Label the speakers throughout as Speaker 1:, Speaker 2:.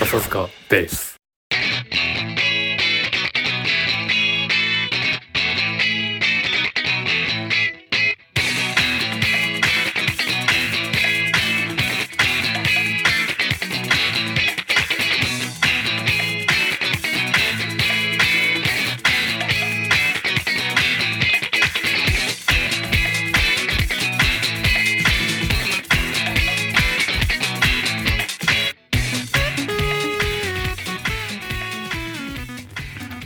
Speaker 1: 笹塚ベース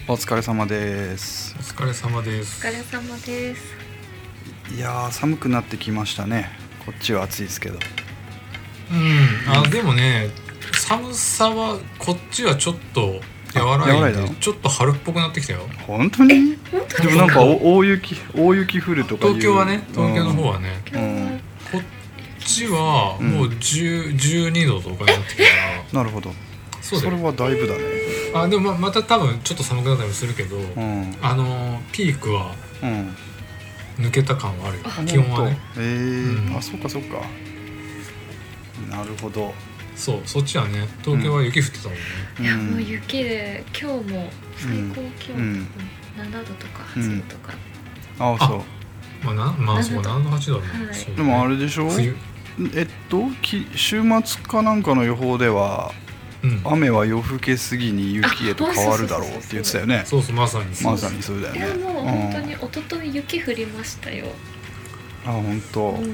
Speaker 2: お疲れ様です
Speaker 3: お疲れ様です
Speaker 4: お疲れ様です。
Speaker 2: いやー寒くなってきましたねこっちは暑いですけど
Speaker 3: うんあでもね寒さはこっちはちょっと和
Speaker 2: あ和ら
Speaker 3: ら
Speaker 2: い
Speaker 3: い
Speaker 2: だ
Speaker 3: で
Speaker 2: の
Speaker 3: ちょっと春っぽくなってきたよ
Speaker 2: 本当に
Speaker 4: 本当
Speaker 2: でもなんかお大雪大雪降るとかいう
Speaker 3: 東京はね東京の方はね、
Speaker 2: うん、うん
Speaker 3: こっちはもう10 12度とかになってきたから
Speaker 2: なるほど
Speaker 3: そ
Speaker 2: そう
Speaker 3: だ
Speaker 2: れ
Speaker 3: よ
Speaker 2: はだいぶだね
Speaker 3: あでもままた多分ちょっと寒くなったりもするけど、
Speaker 2: うん
Speaker 3: あのーピークは
Speaker 2: うん
Speaker 3: 抜けた感はあるよ
Speaker 2: あ
Speaker 3: 気温はね
Speaker 2: 本当えー
Speaker 3: うん
Speaker 2: あそっかそっかなるほど、
Speaker 3: そうそっちはね東京は雪降ってたもんね、
Speaker 2: う、
Speaker 4: いやもうん雪で今日も最高気
Speaker 2: うん
Speaker 4: 温7度とか8度とか、
Speaker 2: ああそう
Speaker 3: まあなまあそう
Speaker 4: な
Speaker 3: 7度8度だ
Speaker 4: は
Speaker 3: ね
Speaker 4: い
Speaker 3: そうね
Speaker 2: でもあれでしょ
Speaker 3: 冬
Speaker 2: えっとき週末かなんかの予報では
Speaker 3: うん
Speaker 2: 雨は夜更けすぎに雪へと変わるだろうって言ってたよね
Speaker 3: そうそうまさに
Speaker 2: まさにそれだよ
Speaker 4: い
Speaker 2: ね
Speaker 4: やもう本当に
Speaker 2: うん
Speaker 4: 一昨日雪降りましたよ。
Speaker 2: あ本当、
Speaker 4: うんうん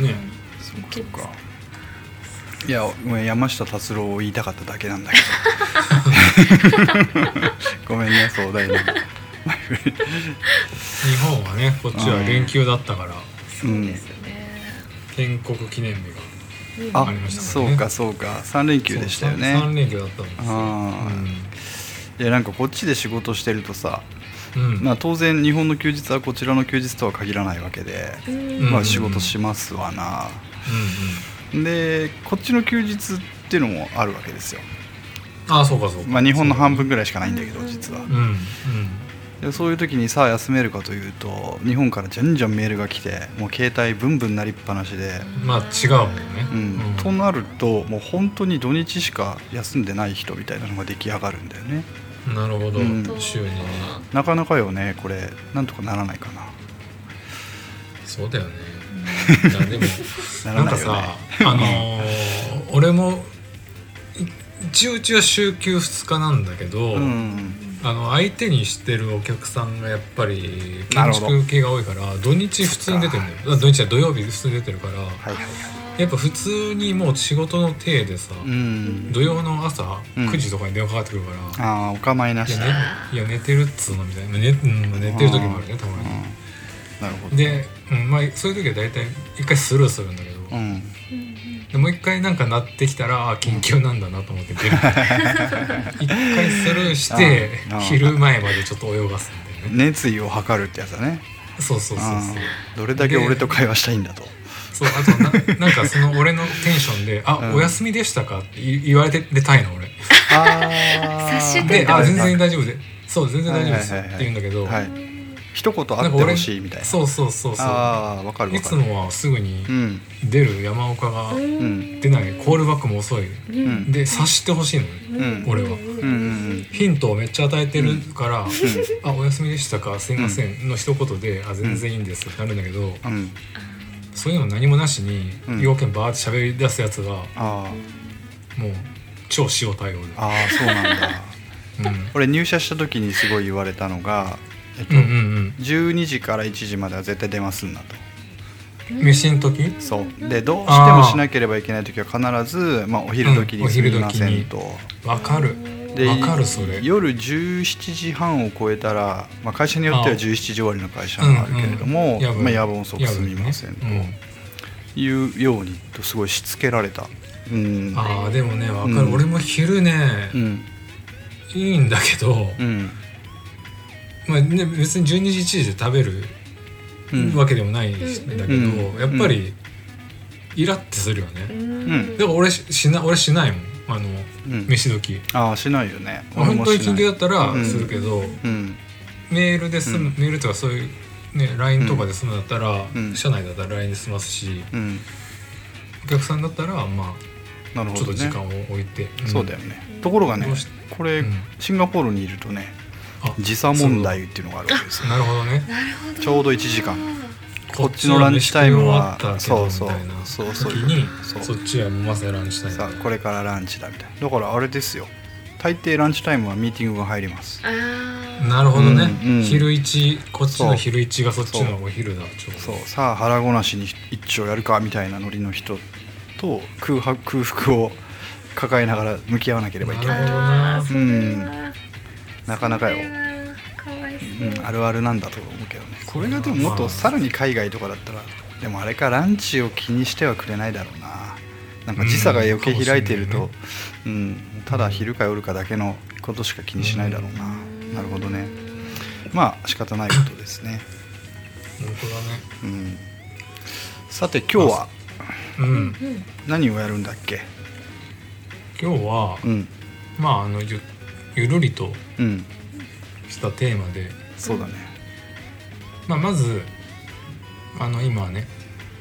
Speaker 4: うん
Speaker 3: ね
Speaker 2: そっかそっかいやごめん山下達郎を言いたかっただけなんだけ どごめんね壮大な
Speaker 3: 日本はねこっちは連休だったから
Speaker 4: そうですね。
Speaker 3: 建国記念日が
Speaker 4: うん
Speaker 2: あ
Speaker 3: ありましたか
Speaker 2: そ
Speaker 3: ら
Speaker 2: う
Speaker 3: ね
Speaker 2: かそうか3連休でしたよね
Speaker 3: そう三連休だったんですよ
Speaker 2: あいやなんかこっちで仕事してるとさ、
Speaker 3: うんうん
Speaker 2: まあ、当然日本の休日はこちらの休日とは限らないわけで、
Speaker 4: うん
Speaker 2: ま
Speaker 3: う
Speaker 2: あ
Speaker 3: ん
Speaker 2: 仕事しますわな
Speaker 3: うんうん
Speaker 2: でこっちの休日っていうのもあるわけですよ、
Speaker 3: ああそうかそうか
Speaker 2: まあ、日本の半分ぐらいしかないんだけど
Speaker 4: うん
Speaker 2: 実は
Speaker 3: うんうん
Speaker 2: でそういう時にさあ休めるかというと日本からじゃんじゃんメールが来てもう携帯ブンブンなりっぱなしで、
Speaker 3: まあ違うもんね
Speaker 2: うんとなるともう本当に土日しか休んでない人みたいなのが出来上がるんだよね
Speaker 3: なるほど
Speaker 2: うん
Speaker 3: 週にね
Speaker 2: なかなかよねこれなんとかならないかな
Speaker 3: そう だよね
Speaker 4: う
Speaker 3: いやでも
Speaker 2: な
Speaker 3: な
Speaker 2: ら
Speaker 3: ん
Speaker 2: な
Speaker 3: か
Speaker 2: いよね
Speaker 3: さあのー俺もい一応うちは週休2日なんだけど
Speaker 2: うん
Speaker 3: あの相手にしてるお客さんがやっぱり
Speaker 2: なる
Speaker 3: 建
Speaker 2: ほど
Speaker 3: 築系が多いから土日普通に出てるんだよあ土日は土曜日普通に出てるから
Speaker 2: はいはいはい
Speaker 3: やっぱ普通にもう仕事の体でさ、
Speaker 2: うん
Speaker 3: 土曜の朝
Speaker 2: うん
Speaker 3: 9時とかに電話かかってくるから、
Speaker 2: ああお構いなし
Speaker 3: い
Speaker 2: だ
Speaker 3: やね、いや寝てるっつうのみたいな、ねうん、寝てる時もあるねたま
Speaker 2: うん
Speaker 3: に。
Speaker 2: なるほど
Speaker 3: で、うんまあ、そういう時は大体一回スルーするんだけど、
Speaker 2: うん
Speaker 4: んうん
Speaker 3: でもう一回なんか鳴ってきたらあ緊急なんだなと思って出 る一回スルーして
Speaker 2: あーあー
Speaker 3: 昼前までちょっと泳がすんだよね
Speaker 2: 熱意を測るってやつだね
Speaker 3: そうそうそうそう
Speaker 2: うんどれだけ俺と会話したいんだと
Speaker 3: そうあとななん かその俺のテンションで「あ、
Speaker 2: うん
Speaker 3: お休みでしたか?」って言言われて出たいの俺
Speaker 2: あー
Speaker 4: 察して
Speaker 3: で「
Speaker 4: 出た
Speaker 3: あ全然大丈夫でそう全然大丈夫です」
Speaker 2: は
Speaker 3: っ
Speaker 2: いはいはいは
Speaker 3: て
Speaker 2: い
Speaker 3: 言うんだけど、
Speaker 2: はい一言あ
Speaker 3: な
Speaker 2: っ
Speaker 3: ん
Speaker 2: て
Speaker 3: か俺
Speaker 2: ほしいみたいな
Speaker 3: そうそうそうそ
Speaker 2: ああわかる
Speaker 3: うい
Speaker 2: わ
Speaker 3: つ
Speaker 2: かる
Speaker 3: もはすぐに
Speaker 2: うん
Speaker 3: 出る山岡が
Speaker 2: ん
Speaker 3: 出ないコールバックも遅い
Speaker 2: うん
Speaker 3: で察してほしいのね
Speaker 2: うん
Speaker 3: 俺は
Speaker 2: うんうん
Speaker 3: ヒントをめっちゃ与えてるから「あお休みでしたかすいません」の一言で「あ全然いいんです」ってなるんだけど
Speaker 2: うんうん
Speaker 3: そういうの何もなしに
Speaker 2: うん
Speaker 3: 要件バーって喋り出すやつは
Speaker 2: あ
Speaker 3: もう超塩対応で
Speaker 2: あああそうなんだ
Speaker 3: うん
Speaker 2: 俺入社した時にすごい言われたのがえっと
Speaker 3: うんうん
Speaker 2: 12時から1時までは絶対電話すんなと
Speaker 3: うん飯の時
Speaker 2: そうでどうしてもしなければいけない時は必ず、まあ、お昼時
Speaker 3: うん
Speaker 2: に
Speaker 3: お
Speaker 2: す
Speaker 3: 昼
Speaker 2: み
Speaker 3: 時
Speaker 2: ま
Speaker 3: に
Speaker 2: せんと、
Speaker 3: わかる
Speaker 2: で
Speaker 3: わかるそれ
Speaker 2: 夜17時半を超えたら、まあ、会社によっては
Speaker 3: ああ
Speaker 2: 17時終わりの会社もあるけれども、
Speaker 3: うんうん
Speaker 2: まあ、夜分遅くすみませんと
Speaker 3: 夜ね
Speaker 2: いうようにとすごいしつけられたう
Speaker 3: う
Speaker 2: ん
Speaker 3: んああでもねわか
Speaker 2: う
Speaker 3: る
Speaker 2: ん
Speaker 3: 俺も昼ね
Speaker 2: うん
Speaker 3: いいんだけど
Speaker 2: うん
Speaker 3: まあね別に12時1時で食べる
Speaker 2: うん
Speaker 3: わけでもないんだけど、
Speaker 2: うん
Speaker 3: やっぱりイラってするよね、
Speaker 2: ん
Speaker 3: だから俺ししな俺しないもんあの、
Speaker 2: うん
Speaker 3: 飯時
Speaker 2: ああしないよね俺
Speaker 3: 本
Speaker 2: も
Speaker 3: 当に
Speaker 2: し
Speaker 3: 緊
Speaker 2: な
Speaker 3: 急
Speaker 2: い
Speaker 3: だったらするけど、
Speaker 2: うん
Speaker 3: メールで済む、
Speaker 2: うん
Speaker 3: メールとかそういう、ね、LINE とかで済むんだったら、
Speaker 2: うん
Speaker 3: 社内だったら LINE で済ますし
Speaker 2: うん
Speaker 3: お客さんだったらまあ
Speaker 2: なる
Speaker 3: ち
Speaker 2: ほ
Speaker 3: ょっと
Speaker 2: どね
Speaker 3: 時間を置いて、ん
Speaker 2: そうだよね、ところがね
Speaker 3: どうし
Speaker 2: これ、
Speaker 3: うん
Speaker 2: シンガポールにいるとね
Speaker 3: あ
Speaker 2: 時差問題っていうのがあるわけですよ
Speaker 3: なるほどね
Speaker 4: なるほど
Speaker 2: ちょうど1時間こっちのランチタイムは
Speaker 3: こっちの
Speaker 2: そう
Speaker 3: 飯
Speaker 2: そ
Speaker 3: 食いう終わったけどみたいな
Speaker 2: そうそう
Speaker 3: 時にそ
Speaker 2: そう
Speaker 3: っちはまさにランチタイム
Speaker 2: さあこれからランチだみたいなだからあれですよ大抵ランチタイムはミーティングが入ります
Speaker 4: あー
Speaker 3: なるほどね、
Speaker 2: うんうん
Speaker 3: 昼一こっち
Speaker 2: そう
Speaker 3: の昼一がそっちのお昼だちょうど
Speaker 2: そうさあ腹ごなしに一丁やるかみたいなノリの人と空白空腹を抱えながら向き合わなければいけ
Speaker 3: な
Speaker 2: ない
Speaker 3: るほど
Speaker 4: あ
Speaker 3: な
Speaker 4: ーそれは
Speaker 2: なかなかよ
Speaker 4: それはかわいそう、
Speaker 2: うん、あるあるなんだと思うけどねこれがでももっとさらに海外とかだったらでもあれかランチを気にしてはくれないだろうななんか時差が余計開いてると、うんただ昼か夜かだけのことしか気にしないだろうな、なるほどねまあ仕方ないことですね、
Speaker 3: 本当
Speaker 2: うん、さて今日は
Speaker 3: だねうん
Speaker 4: うん
Speaker 2: 何をやるんだっけ
Speaker 3: 今日は、
Speaker 2: うん
Speaker 3: まああのゆゆるりと
Speaker 2: うん
Speaker 3: したテーマで、
Speaker 2: そうだね
Speaker 3: まあ、まずあの今ね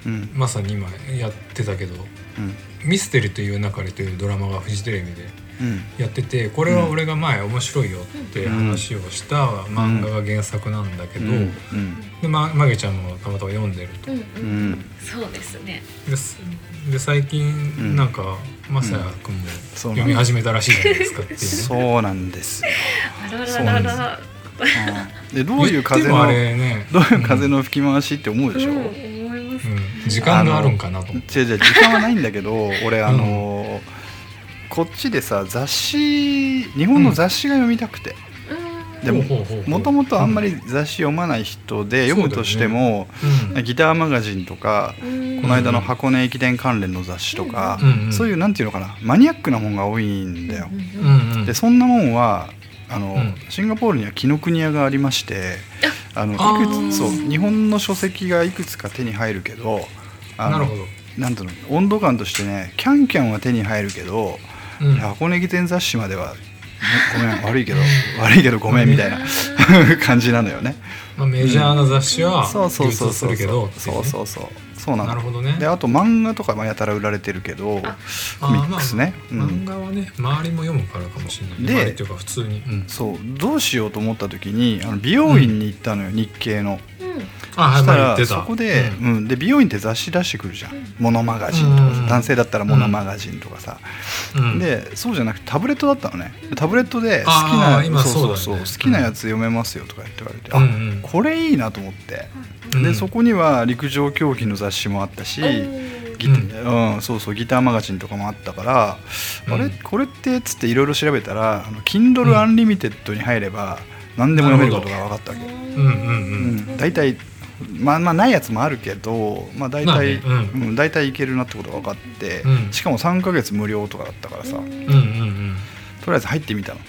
Speaker 2: うん
Speaker 3: まさに今やってたけど
Speaker 2: うん
Speaker 3: 「ミステリという勿れ」というドラマがフジテレビで
Speaker 2: うん
Speaker 3: やっててこれは俺が前面白いよって話をした漫画が原作なんだけど、
Speaker 2: うん
Speaker 3: でままげちゃんもたまたま読んでると。
Speaker 4: うん
Speaker 2: う
Speaker 4: うん、
Speaker 2: ん
Speaker 4: そうですね
Speaker 3: ですで最
Speaker 2: ん
Speaker 3: 近なんか、まさやくんも
Speaker 2: そうなん
Speaker 3: 読み始めたらしいじゃないですかっていうね。
Speaker 2: そうなん ですよ、
Speaker 4: あら
Speaker 3: そ
Speaker 4: ら
Speaker 3: うな
Speaker 4: ら
Speaker 3: んで
Speaker 4: ら
Speaker 2: うん、でどういう風
Speaker 3: 言っても
Speaker 2: の
Speaker 3: あれね
Speaker 2: どういう風の吹き回しって思うでしょ、
Speaker 4: うん、思います
Speaker 3: うん、うん時間があるんかなと思って。
Speaker 2: 違う違う時間はないんだけ ど俺あのーこっちでさ雑誌日本の雑誌が読みたくて、
Speaker 4: うん
Speaker 2: でも
Speaker 3: ほうほうほう
Speaker 2: もともとあんまり雑誌読まない人で、読むとしても、
Speaker 3: うん
Speaker 2: ギターマガジンとか、
Speaker 4: うん
Speaker 2: この間の箱根駅伝関連の雑誌とか、
Speaker 3: うん
Speaker 2: そういうなんていうのかなマニアックなもんが多いんだよ、
Speaker 4: うん
Speaker 3: うんうん
Speaker 2: でそんなもんはあの、
Speaker 3: うん
Speaker 2: シンガポールには紀ノ国屋がありましてあのい
Speaker 3: あー
Speaker 2: くつそう日本の書籍がいくつか手に入るけどあ
Speaker 3: な
Speaker 2: の
Speaker 3: るほど。
Speaker 2: なんと温度感としてねキャンキャンは手に入るけ
Speaker 3: う
Speaker 2: ど、
Speaker 3: ん
Speaker 2: 箱根駅伝雑誌まではごめん悪いけど 悪いけどごめんみたいな 感じなのよね。
Speaker 3: まあ、メジャーな雑誌は
Speaker 2: そうそう
Speaker 3: 流
Speaker 2: そう
Speaker 3: 通
Speaker 2: そ
Speaker 3: す
Speaker 2: う
Speaker 3: るけどってい
Speaker 2: そうう
Speaker 3: ね
Speaker 2: そうそうそうなの
Speaker 3: なるほどね
Speaker 2: であと漫画とかもやたら売られてるけど
Speaker 4: あ
Speaker 3: あー
Speaker 2: ミックスね、
Speaker 3: まあ
Speaker 2: うん
Speaker 3: 漫画はね周りも読むからかもしれない
Speaker 2: で
Speaker 3: 周りっていうか普通に、うん、
Speaker 2: そうどうしようと思った時にあの美容院に行ったのよ、日系の。
Speaker 3: あはい
Speaker 2: そした
Speaker 3: 前言っ
Speaker 2: ら
Speaker 3: てた
Speaker 2: そこで,、
Speaker 3: う
Speaker 2: うんんで美容院って雑誌出してくるじゃん、
Speaker 4: うん
Speaker 2: モノマガジンとかさ、
Speaker 3: うん
Speaker 2: 男性だったらモノマガジンとかさ、
Speaker 3: うん
Speaker 2: でそうじゃなくてタブレットだったのねタブレットで好き
Speaker 3: あ
Speaker 2: な
Speaker 3: ー今
Speaker 2: そう
Speaker 3: そうだよね
Speaker 2: 好きなやつ読めますよとか言って言われて、
Speaker 3: うんうん
Speaker 2: あこれいいなと思って、
Speaker 3: う
Speaker 2: で
Speaker 3: ん
Speaker 2: そこには陸上競技の雑誌もあったし、ギターうんそうそうギターマガジンとかもあったから、
Speaker 3: うん
Speaker 2: あれこれってっつっていろいろ調べたらあの Kindle Unlimited に入れば何でも読めることが分かったわけ、
Speaker 3: うんうんう
Speaker 2: うんん、大体まあまあないやつもあるけど、まあ、大
Speaker 3: まあ
Speaker 2: 体、
Speaker 3: ねうん
Speaker 2: うん大体いけるなってことが分かって、
Speaker 3: うん
Speaker 2: しかも3ヶ月無料とかだったからさ、
Speaker 3: うんうん
Speaker 2: とりあえず入ってみたの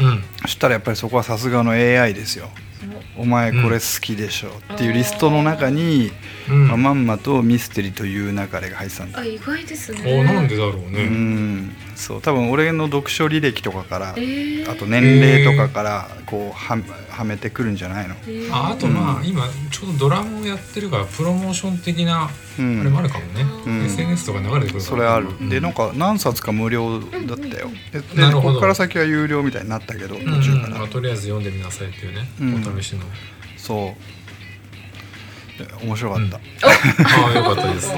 Speaker 3: うんうん
Speaker 2: そしたらやっぱりそこはさすがの AI ですよ「お前これ好きでしょ」っていうリストの中に、
Speaker 3: うん
Speaker 2: まあ、まんまと「ミステリという流れ」が入ってたんだ
Speaker 4: あ意外です
Speaker 3: あ
Speaker 4: ね
Speaker 3: ーなんでだろう
Speaker 2: う
Speaker 3: ね、
Speaker 2: んそう多分俺の読書履歴とかから、
Speaker 4: えー、
Speaker 2: あと年齢とかからこうははめてくるんじゃないの、
Speaker 4: えー
Speaker 3: ああとまあ、今ちょうどドラムをやってるからプロモーション的な
Speaker 2: う
Speaker 3: あ
Speaker 2: ん、
Speaker 3: れもあるかもね、
Speaker 4: うん
Speaker 3: SNS とか流れてくるから
Speaker 2: それある、
Speaker 3: うん
Speaker 2: でなんか何冊か無料だったよ、でで
Speaker 3: なるほど
Speaker 2: ここから先は有料みたいになったけど
Speaker 3: うんう
Speaker 2: 途中か
Speaker 3: ん
Speaker 2: ら、
Speaker 3: まあ、とりあえず読んでみなさいっていうね、
Speaker 2: うん
Speaker 3: お試しの
Speaker 2: そうで面白かった、
Speaker 3: ああよかった です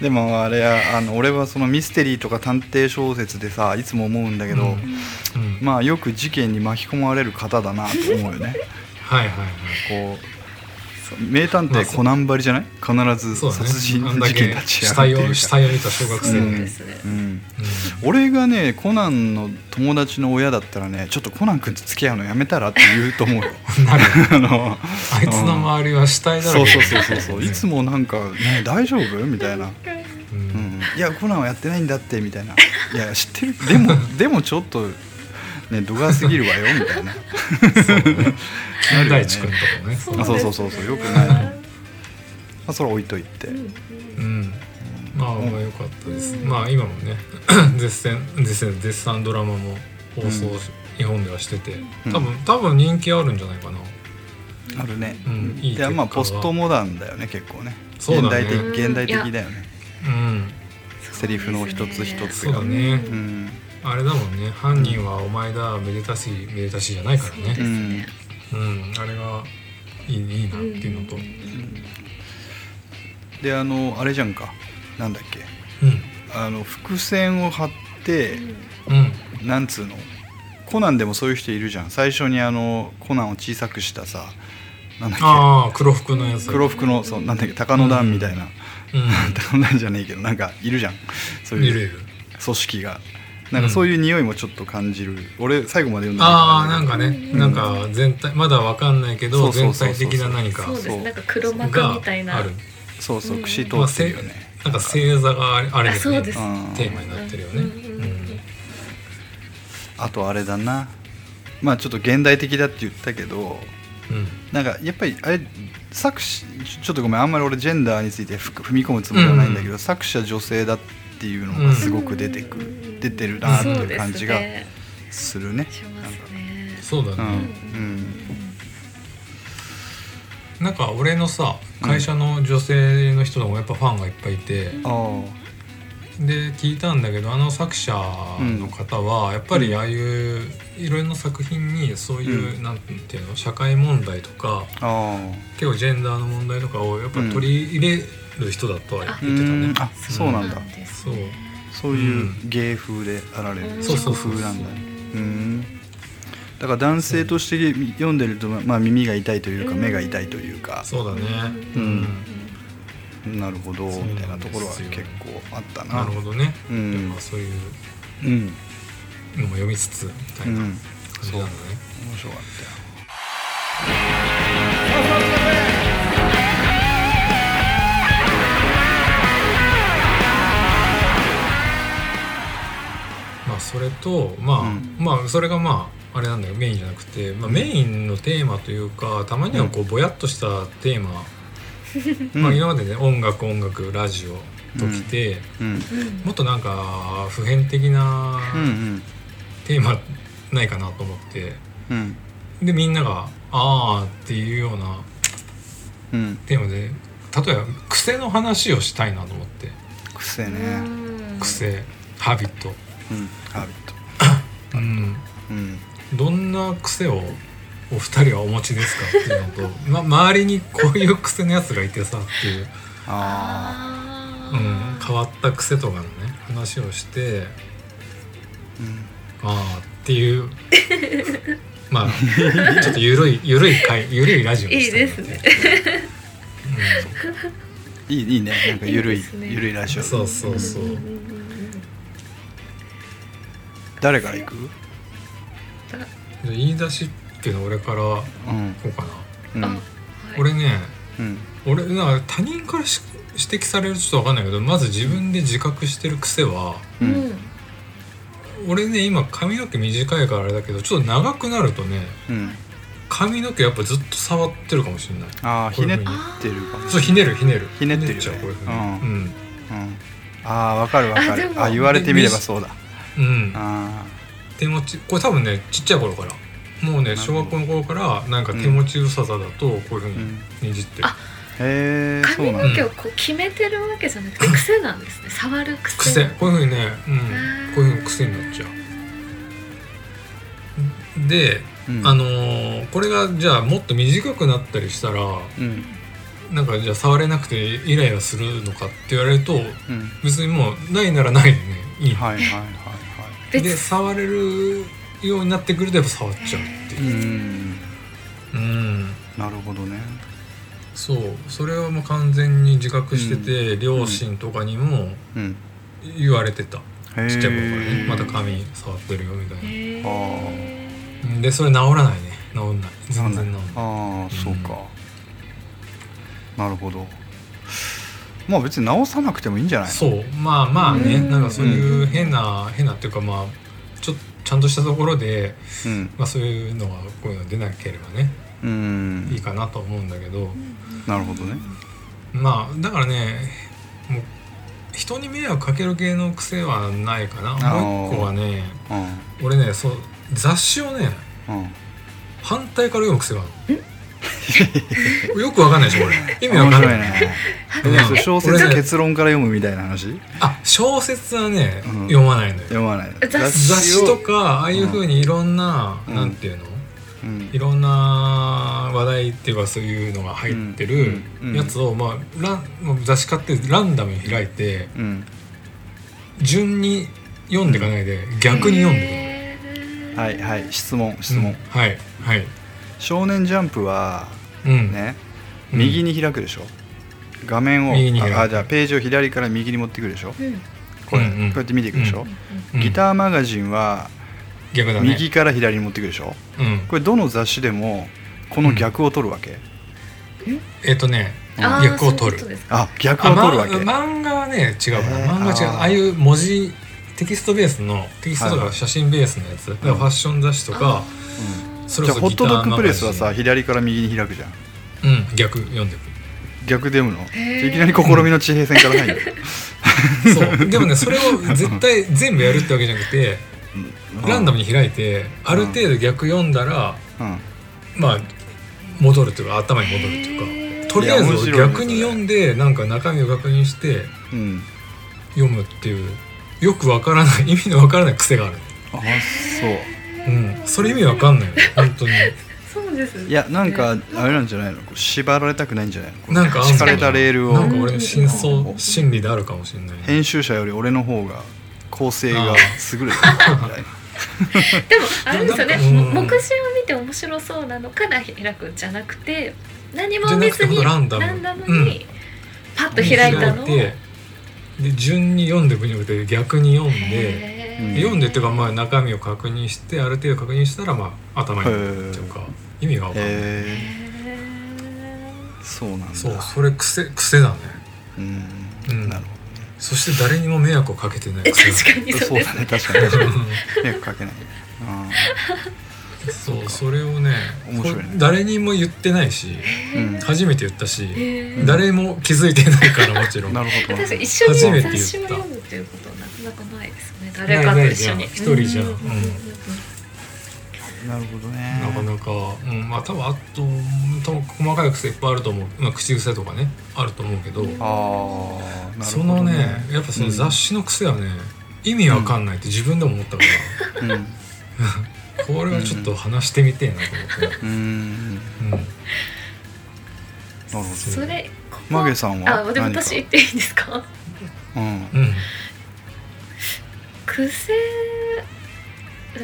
Speaker 2: でもあれやあの俺はそのミステリーとか探偵小説でさいつも思うんだけど、
Speaker 3: うんうん
Speaker 2: まあよく事件に巻き込まれる方だなと思う よね
Speaker 3: はいはいはい
Speaker 2: こう名探偵コナンばりじゃない必ず
Speaker 3: そうだね
Speaker 2: 殺人
Speaker 3: あんだ
Speaker 2: 事件
Speaker 3: け
Speaker 2: 立ち
Speaker 3: 死
Speaker 2: 上がって
Speaker 3: 体
Speaker 2: い
Speaker 3: を
Speaker 2: る
Speaker 3: 死
Speaker 2: から
Speaker 3: 体を見た小学
Speaker 4: そう
Speaker 3: 生、うん
Speaker 4: ですね、
Speaker 2: うん俺がねコナンの友達の親だったらねちょっとコナン君と付き合うのやめたらって言う と思うよ
Speaker 3: なる
Speaker 2: あの
Speaker 3: あいつの周りは死体だら
Speaker 2: そう
Speaker 3: け
Speaker 2: そうそうそうそういつもなんか、ね「大丈夫?」みたいな「
Speaker 3: う
Speaker 2: うんん、いやコナンはやってないんだって」みたいな「いや知ってるで もでもちょっとね度が過ぎるわよ」みたいな
Speaker 3: 金田一君とかもね
Speaker 2: あそうそうそうそうよくないまあそれは置いといて、
Speaker 3: うんまあまあ良かったです、
Speaker 4: うん
Speaker 3: まあ今もね 絶戦絶戦絶賛ドラマも放送、
Speaker 2: うん
Speaker 3: 日本ではしてて
Speaker 2: うん
Speaker 3: 多分多分人気あるんじゃないかな
Speaker 2: あるね、
Speaker 3: うんいい
Speaker 2: でまあ
Speaker 3: 結果
Speaker 2: ポ
Speaker 3: は
Speaker 2: ストモダンだよね結構ね
Speaker 3: そうだね
Speaker 2: 現代的現代的だよね
Speaker 3: うん
Speaker 2: セリフの一つ一つ
Speaker 3: そう
Speaker 2: が
Speaker 3: だね
Speaker 2: うん
Speaker 3: あれだもんね犯人はお前だめでたしめでたしじゃないから
Speaker 4: そうです
Speaker 3: ね
Speaker 4: ね。
Speaker 3: うんあれがいいいいなっていうのとうん
Speaker 2: であのあれじゃんかなんだっけあの伏線を張って
Speaker 3: うん
Speaker 2: なんつうのコナンでもそういう人いるじゃん最初にあのコナンを小さくしたさなんだっけ
Speaker 3: ああ黒服のやつ
Speaker 2: 黒服のそうなんだっけ鷹の段みたいな、
Speaker 3: うん
Speaker 2: 鷹の段じゃねえけどなんかいるじゃんそう
Speaker 3: い
Speaker 2: い
Speaker 3: るいうる
Speaker 2: 組織がなんかそういう匂いもちょっと感じる、俺最後まで読んだ
Speaker 3: ああ
Speaker 2: の
Speaker 3: なんかね、なんか全体まだわかんないけ
Speaker 2: そ
Speaker 3: ど
Speaker 2: うそ
Speaker 3: 全
Speaker 2: うそうそう
Speaker 3: 体的な何か
Speaker 4: そうです
Speaker 2: そう
Speaker 4: ね。なんか黒幕みたい
Speaker 3: が
Speaker 4: な。
Speaker 3: ある
Speaker 2: そうそう
Speaker 4: うん
Speaker 2: 串通
Speaker 3: まあ
Speaker 2: って
Speaker 3: せ
Speaker 2: るよね、
Speaker 3: なんか星座があれあれ
Speaker 4: あそうです
Speaker 3: ね
Speaker 2: うん
Speaker 3: テーマになってるよね
Speaker 4: うんうんうん
Speaker 2: あとあれだなまあちょっと現代的だって言ったけど
Speaker 3: うん、うん
Speaker 2: なんかやっぱりあれ作詞ちょちょっとごめんあんまり俺ジェンダーについてふく踏み込むつもりはないんだけど、
Speaker 3: うん
Speaker 2: 作者女性だっていうのがすごく出てくる、
Speaker 4: うん
Speaker 2: 出てるなって
Speaker 4: そう
Speaker 2: い
Speaker 4: で
Speaker 2: う
Speaker 4: す
Speaker 2: 感じが
Speaker 4: ね
Speaker 2: するね。
Speaker 4: しますね。
Speaker 3: そうだ
Speaker 2: う
Speaker 3: ね、
Speaker 2: んうん
Speaker 3: なんか俺のさ会社の女性の人でもやっぱファンがいっぱいいて、
Speaker 2: あー
Speaker 3: で聞いたんだけどあの作者の方はやっぱりああいういろいろな作品にそういう、なんていうの社会問題とか
Speaker 2: あ
Speaker 3: 結構ジェンダーの問題とかをやっぱ取り入れる人だとは言って
Speaker 2: ー
Speaker 3: た
Speaker 2: う
Speaker 3: ね。
Speaker 2: んあそうなんだ、
Speaker 4: です
Speaker 3: そう
Speaker 4: ね
Speaker 2: そういう芸風であられ
Speaker 4: う
Speaker 2: る
Speaker 4: ん
Speaker 2: 作
Speaker 3: そうそうそう
Speaker 2: 風なんだねうんだから男性として読んでると、まあ、耳が痛いというか
Speaker 4: うん
Speaker 2: 目が痛いというか、
Speaker 3: そうだね。
Speaker 2: う
Speaker 3: うんん。
Speaker 2: なるほど
Speaker 3: そうなん
Speaker 2: み
Speaker 3: です
Speaker 2: たい
Speaker 3: よ
Speaker 2: なところは結構あったな
Speaker 3: なるほどね。
Speaker 2: うん
Speaker 3: やっぱそういう
Speaker 2: うん
Speaker 3: のも読みつつみた
Speaker 2: う
Speaker 3: いな感
Speaker 2: ん
Speaker 3: じなのね。
Speaker 2: 面白かったよ
Speaker 3: まあそれとまあ、
Speaker 2: うん
Speaker 3: まあそれがまああれなんだよメインじゃなくて、まあ、メインのテーマというかたまにはこうぼやっとしたテーマ、まあ、今までね音楽音楽ラジオときて、
Speaker 2: うん
Speaker 4: うん
Speaker 3: もっとなんか普遍的な
Speaker 2: うん
Speaker 3: テーマないかなと思って
Speaker 2: うんうん
Speaker 3: でみんなが「ああ」っていうような
Speaker 2: うん
Speaker 3: テーマで例えば癖の話をしたいなと思って
Speaker 2: 癖
Speaker 4: う
Speaker 2: ね
Speaker 4: ん
Speaker 3: 癖ハビット、
Speaker 2: うんハビット
Speaker 3: うん、
Speaker 2: うん
Speaker 3: どんな癖をお二人はお持ちですかっていうのと、 ま、周りにこういう癖のやつがいてさっていう、
Speaker 2: あ
Speaker 4: あ
Speaker 3: うん、
Speaker 4: ー
Speaker 3: 変わった癖とかのね話をして
Speaker 2: ーうん
Speaker 3: ああっていう まあちょっとゆるいゆるい回ゆるいラジオにしたの
Speaker 4: い
Speaker 2: い
Speaker 4: い
Speaker 2: いいいねなんかゆる
Speaker 4: い
Speaker 2: い
Speaker 4: いですね
Speaker 2: ゆるいラジ
Speaker 3: うん、
Speaker 2: オ
Speaker 3: そうそうそう、
Speaker 4: んんんうん
Speaker 2: 誰から行く
Speaker 3: じゃあ言い出しっていうのは俺からこ
Speaker 2: うん
Speaker 3: うかな、
Speaker 2: うん
Speaker 4: あはい
Speaker 3: 俺ね
Speaker 2: うん
Speaker 3: 俺なんか他人からし指摘されるとちょっとわかんないけどまず自分で自覚してる癖は
Speaker 2: う
Speaker 4: うんん
Speaker 3: 俺ね今髪の毛短いからあれだけどちょっと長くなるとね
Speaker 2: うん
Speaker 3: 髪の毛やっぱずっと触ってるかもしれない
Speaker 2: ああひねっ
Speaker 3: こういう
Speaker 2: てるかも
Speaker 3: そうひねるひねる
Speaker 2: ひねってるよね
Speaker 3: ちゃうこういうふうに
Speaker 2: うん
Speaker 3: うん
Speaker 2: うんああわかるわか
Speaker 4: あで
Speaker 2: る
Speaker 4: も
Speaker 2: あ言われてみればそうだ
Speaker 3: うん
Speaker 2: あ
Speaker 3: 手持ちこれ多分ねちっちゃい頃からもうね
Speaker 2: なるほ
Speaker 3: 小
Speaker 2: ど
Speaker 3: 学校の頃からなんか手持ちうささだとこういうふう
Speaker 2: ーうん
Speaker 3: に握ってる、
Speaker 4: あ
Speaker 2: へえそう
Speaker 4: 髪
Speaker 2: なん
Speaker 4: の
Speaker 2: だ
Speaker 4: 毛をこう決めてるわけじゃなくて癖なんですね触る癖
Speaker 3: 癖こういうふうにね、うん、こういうふうに癖になっちゃうで、
Speaker 2: うん
Speaker 3: あのーこれがじゃあもっと短くなったりしたら
Speaker 2: うん
Speaker 3: なんかじゃあ触れなくてイライラするのかって言われると
Speaker 2: うん
Speaker 3: 別にもうないならないでねいい、
Speaker 2: はいはいはいは
Speaker 4: 別
Speaker 3: で触れるようになってくるとやっぱ触っちゃうって
Speaker 2: い
Speaker 3: いうう、
Speaker 2: ん
Speaker 3: うん、
Speaker 2: なるほどね
Speaker 3: そうそれはもう完全に自覚してて、両親とかにも
Speaker 2: うん
Speaker 3: 言われてた、
Speaker 2: へえ
Speaker 3: ちっちゃい頃からねまた髪触ってるよみたい
Speaker 4: へー
Speaker 2: あ
Speaker 3: なでそれ治らないね治んない全然治んない
Speaker 2: ああそうか、なるほどまあ別に直さなくてもいいんじゃないの
Speaker 3: そうまあまあね
Speaker 4: うん
Speaker 3: なんかそういう変な変なっていうかまあちょっとちゃんとしたところで、
Speaker 2: うん
Speaker 3: まあ、そういうのはこういうの出なければね
Speaker 2: うん
Speaker 3: いいかなとは思うんだけど、
Speaker 2: なるほどね
Speaker 3: まあだからねもう人に迷惑かける系の癖はないかな
Speaker 2: ー
Speaker 3: もう一個はね
Speaker 2: う
Speaker 3: 俺ねそう雑誌をね
Speaker 2: んうん
Speaker 3: 反対から読む癖がある よくわかんないでしょこれ意味わ
Speaker 2: 面
Speaker 3: かん
Speaker 2: 白
Speaker 3: ないい
Speaker 2: ね
Speaker 3: うん
Speaker 2: 小説結論から読むみたいな話
Speaker 3: あ小説はね、
Speaker 2: うん
Speaker 3: 読まないのよ
Speaker 2: 読まない
Speaker 4: 雑誌
Speaker 3: 雑誌と
Speaker 2: を
Speaker 3: かああいうふうにいろんな、
Speaker 2: うん
Speaker 3: なんていうの
Speaker 2: うん
Speaker 3: いろんな話題っていうかそういうのが入ってる
Speaker 2: うんうん
Speaker 3: やつを、まあ、ランもう雑誌買ってランダムに開いて
Speaker 2: うん
Speaker 3: 順に読んでいかないで逆に読んで
Speaker 4: へー
Speaker 2: はいはい質問
Speaker 3: いく
Speaker 2: 質
Speaker 3: の
Speaker 2: 問、
Speaker 3: うんはいはい、
Speaker 2: 少年ジャンプは
Speaker 3: うん
Speaker 2: ね、
Speaker 3: うん
Speaker 2: 右に開くでしょ画面を
Speaker 3: 右に開く
Speaker 2: ああじゃあページを左から右に持ってくるでしょ
Speaker 4: うんうん
Speaker 2: これ、
Speaker 3: うんうん
Speaker 2: こうやって見ていくでしょ、
Speaker 3: うん
Speaker 2: ギターマガジンは
Speaker 3: 逆だね
Speaker 2: 右から左に持ってくるでしょ
Speaker 3: うん、
Speaker 2: これどの雑誌でもこの逆を取るわけ、
Speaker 3: えっ、とね
Speaker 4: うんあー
Speaker 3: 逆を取る
Speaker 4: そういうことですか
Speaker 2: あ逆を
Speaker 3: あ、
Speaker 2: 取る
Speaker 3: ま
Speaker 2: わけ、
Speaker 3: 漫画はね違うか
Speaker 2: えー
Speaker 3: な漫画は違う
Speaker 2: あー
Speaker 3: ああいう文字テキストベースのテキストと
Speaker 2: はい
Speaker 3: か写真ベースのやつ、だからファッション雑誌とか
Speaker 4: あ、
Speaker 3: それ
Speaker 2: じゃあ
Speaker 3: こ
Speaker 2: ホ
Speaker 3: そギタ
Speaker 2: ット
Speaker 3: ー
Speaker 2: ドッグプレスは
Speaker 3: マ
Speaker 2: さ
Speaker 3: ガジ
Speaker 2: 左から右に開くじゃん
Speaker 3: ンうん逆読んでく
Speaker 2: 逆で読むの
Speaker 4: へー
Speaker 2: いきなり試みの地平線から入る、
Speaker 3: そうでもねそれを絶対全部やるってわけじゃなくて
Speaker 2: うん
Speaker 3: ランダムに開いてある程度逆読んだら
Speaker 2: うん
Speaker 3: まあ戻るというか頭に戻るというか
Speaker 4: へー
Speaker 3: とりあえ
Speaker 2: いや面白
Speaker 3: ず
Speaker 2: いね
Speaker 3: 逆に読んでなんか中身を確認して
Speaker 2: うん
Speaker 3: 読むっていうよくわからない 意味のわからない癖がある、
Speaker 2: あそう
Speaker 3: うん、それ意味わかんないよ本 当に
Speaker 4: そうですね
Speaker 2: いやなんかあれなんじゃないのこう縛られたくないんじゃないのこう
Speaker 3: なんかあんの
Speaker 2: 敷かれたレールを
Speaker 3: なんか俺の真
Speaker 2: う
Speaker 3: 相
Speaker 2: ん
Speaker 3: 心理であるかもしれないね
Speaker 2: 編集者より俺の方が構成が
Speaker 3: あ
Speaker 2: 優れてるみ たいな
Speaker 4: でもあれですよね、
Speaker 3: うん
Speaker 4: も目次を見て面白そうなのから開くんじゃなくて何も見ず
Speaker 3: じ
Speaker 4: に
Speaker 3: ゃなくてランダム
Speaker 4: にパッと開いたのを、
Speaker 3: で順に読んでいくんじゃなくて逆に読んで
Speaker 4: へ
Speaker 2: う
Speaker 4: ー
Speaker 2: ん
Speaker 3: で読んでっていうかまあ中身を確認してある程度確認したらまあ頭に
Speaker 2: へ
Speaker 3: 入るっていうか意味が分かんない、
Speaker 4: へ
Speaker 2: え
Speaker 4: ー
Speaker 2: ー、そうなんだ
Speaker 3: そうそれ癖癖だね
Speaker 2: うん、
Speaker 3: うん
Speaker 2: なる
Speaker 3: そして誰にも迷惑をかけてない
Speaker 4: え
Speaker 3: 癖
Speaker 4: 確かに
Speaker 2: ほどそう
Speaker 4: そうで
Speaker 2: だ
Speaker 4: す
Speaker 2: ね確かに確かに
Speaker 3: う
Speaker 2: 迷惑かけないあ
Speaker 3: んそうそれをね
Speaker 2: 面白いね
Speaker 3: これ誰にも言ってないし
Speaker 2: ーうん
Speaker 3: 初めて言ったし
Speaker 4: へー
Speaker 3: 誰も気づいてない からもちろん
Speaker 2: なるほど
Speaker 4: 確かに一緒に
Speaker 3: 初めて言
Speaker 4: 雑
Speaker 3: った
Speaker 4: 誌を読むっていうことはなかなかないですね誰かと一
Speaker 3: ないな
Speaker 4: 緒に
Speaker 3: いない一人じゃん
Speaker 4: う
Speaker 3: うん
Speaker 2: なるほどね
Speaker 3: なかなか、うん、まあ多分あと多分細かい癖いっぱいあると思う、まあ、口癖とかねあると思うけど
Speaker 4: うん
Speaker 2: ああ、なる
Speaker 3: そ
Speaker 2: ほど
Speaker 3: のね
Speaker 2: ね。
Speaker 3: やっぱその雑誌の癖はね、意味わかんないって自分でも思った か
Speaker 2: うん。うん
Speaker 3: ら、これはちょっと話してみてえなと思って、
Speaker 2: うーん。なる
Speaker 3: うん
Speaker 2: ほど。
Speaker 4: それここ
Speaker 2: マゲさんは
Speaker 4: あでも私言っていいですか
Speaker 2: うん。
Speaker 3: うん
Speaker 4: 癖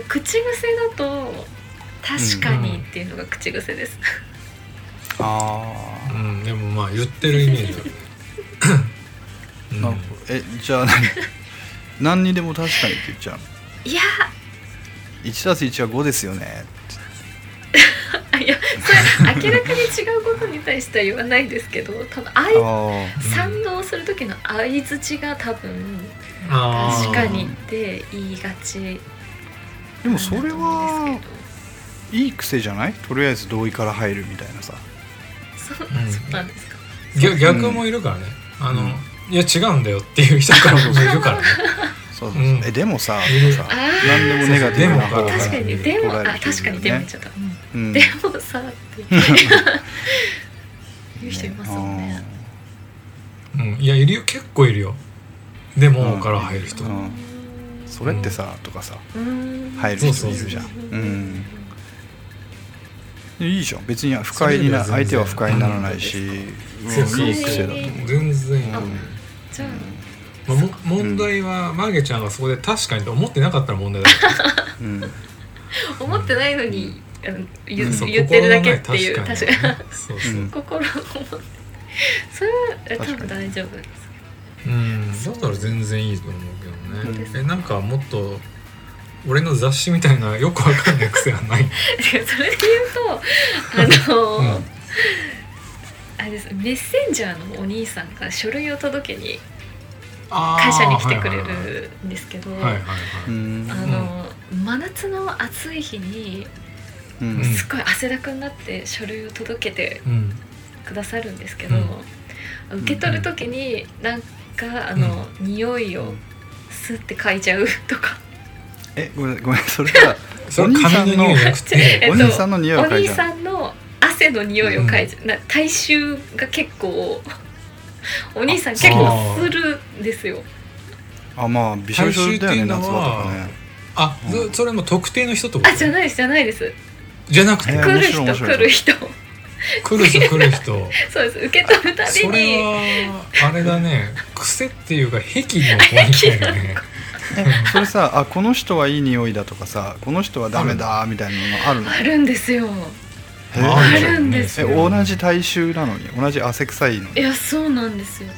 Speaker 4: 口癖だと「確かに」っていうのが口癖です、
Speaker 2: あ
Speaker 3: うん、でもまあ言ってるイメージだね、う
Speaker 2: あ。
Speaker 3: ん
Speaker 2: なるほど。え、じゃあ何何にでも確かにって言っちゃうの。
Speaker 4: いや
Speaker 2: 一たす一は五ですよね。
Speaker 4: あいやそれ明らかに違うことに対しては言わないですけど多分
Speaker 2: あ
Speaker 4: 相
Speaker 2: あ。
Speaker 4: 賛同する時の相づちが多分「
Speaker 3: あー
Speaker 4: 確かに」って言いがち
Speaker 2: でもそれ
Speaker 4: な
Speaker 2: は
Speaker 4: んだと思うんです
Speaker 2: いい癖じゃない？とりあえず同意から入るみたいなさ。
Speaker 4: けどそ,、
Speaker 3: ん
Speaker 4: そうなんですか
Speaker 3: 逆逆もいるからね、あの、
Speaker 2: うん
Speaker 3: いや違うんだよっていう人からもいるから ね
Speaker 2: そうそう
Speaker 3: う。
Speaker 2: そうんえ、でもさ、
Speaker 3: いる
Speaker 2: さ、
Speaker 4: あー
Speaker 2: 何でもネガティブな方
Speaker 3: そうそう
Speaker 4: 確かに
Speaker 3: うん
Speaker 4: でも
Speaker 2: 捉え
Speaker 4: あ
Speaker 2: る人
Speaker 4: 確かに
Speaker 2: いる
Speaker 4: で
Speaker 2: よね
Speaker 4: も言っちゃった、うん
Speaker 2: うん
Speaker 4: でもさって言って言う人いますよね。
Speaker 3: うん、いやいるよ結構いるよでも、から入る人、
Speaker 2: うんそれってさとかさ、入る
Speaker 3: そう
Speaker 2: 人
Speaker 3: そう
Speaker 2: い
Speaker 3: そう
Speaker 2: るじゃん。うん。いいじゃん別に不快にな
Speaker 3: それ
Speaker 2: 相
Speaker 3: で
Speaker 2: 手は
Speaker 3: は全然
Speaker 2: 不快にならないし、
Speaker 3: そう
Speaker 2: う
Speaker 3: そ
Speaker 2: ん、
Speaker 3: う
Speaker 2: いい癖だと思う。
Speaker 3: 全然いい、
Speaker 4: あ
Speaker 3: ま
Speaker 4: じゃあ、
Speaker 3: あ、も問題は、マーゲちゃんがそこで確かにと思ってなかったら問題だから
Speaker 2: うん、
Speaker 4: 思ってないのに、あの言
Speaker 3: うん
Speaker 4: う
Speaker 3: そう
Speaker 4: 言ってるだけっていう
Speaker 3: 心の中
Speaker 4: 確
Speaker 3: に
Speaker 4: かに
Speaker 3: そうそう、
Speaker 2: うん
Speaker 4: 心を思ってそれはえ多
Speaker 2: 確か
Speaker 4: 分
Speaker 2: に
Speaker 4: 大丈夫です
Speaker 3: うん、だったら全然いいと思うけどね、
Speaker 2: う
Speaker 3: えなんかもっと俺の雑誌みたいなよくわかんない癖はない
Speaker 4: けど。それで言うとあの
Speaker 3: うん
Speaker 4: あれですメッセンジャーのお兄さんが書類を届けに
Speaker 3: あー
Speaker 4: 会社に来てく
Speaker 3: は
Speaker 4: れ
Speaker 3: いはい
Speaker 4: るんですけど、
Speaker 3: はいはいはい
Speaker 2: うん
Speaker 4: あの真夏の暑い日に
Speaker 2: うん
Speaker 3: うん
Speaker 4: すっごい汗だくになって書類を届けて
Speaker 3: うん
Speaker 4: くださるんですけど、
Speaker 2: ん
Speaker 4: 受け取る時になんかあの、匂いをスって嗅いじゃうとか、
Speaker 2: えごめんごめんそれは
Speaker 3: それ髪の匂いじゃなく
Speaker 4: え
Speaker 3: て
Speaker 4: っ
Speaker 2: お
Speaker 4: と
Speaker 2: 兄さんの匂いを
Speaker 4: お
Speaker 2: 嗅い
Speaker 4: 兄
Speaker 2: じゃう
Speaker 4: さんの汗の匂いを嗅いじゃう、な体臭が結構お兄さん結構するんですよ
Speaker 2: あまあびしょびしょだよね夏場とかね
Speaker 3: あ、そ
Speaker 2: うん
Speaker 3: それも特定の人ってこと
Speaker 4: あじゃないですじゃないです
Speaker 3: じゃなくて
Speaker 2: えー
Speaker 4: 来る
Speaker 2: 面白い
Speaker 4: 人
Speaker 2: 面白い
Speaker 4: 来る人
Speaker 3: 来る人来る人
Speaker 4: そうです受け取るたび
Speaker 3: それ
Speaker 4: に
Speaker 3: はあれだね癖っていうか癖の子みたいなね
Speaker 2: それさあこの人はいい匂いだとかさこの人はダメだみたいなのがあるの
Speaker 4: あるんですよ
Speaker 2: へ
Speaker 3: ま
Speaker 4: あ
Speaker 2: ー
Speaker 4: るんです
Speaker 2: え
Speaker 3: それは
Speaker 2: 同じ体臭なのに同じ汗臭いの
Speaker 4: い
Speaker 2: にへ
Speaker 4: やそうなんですよ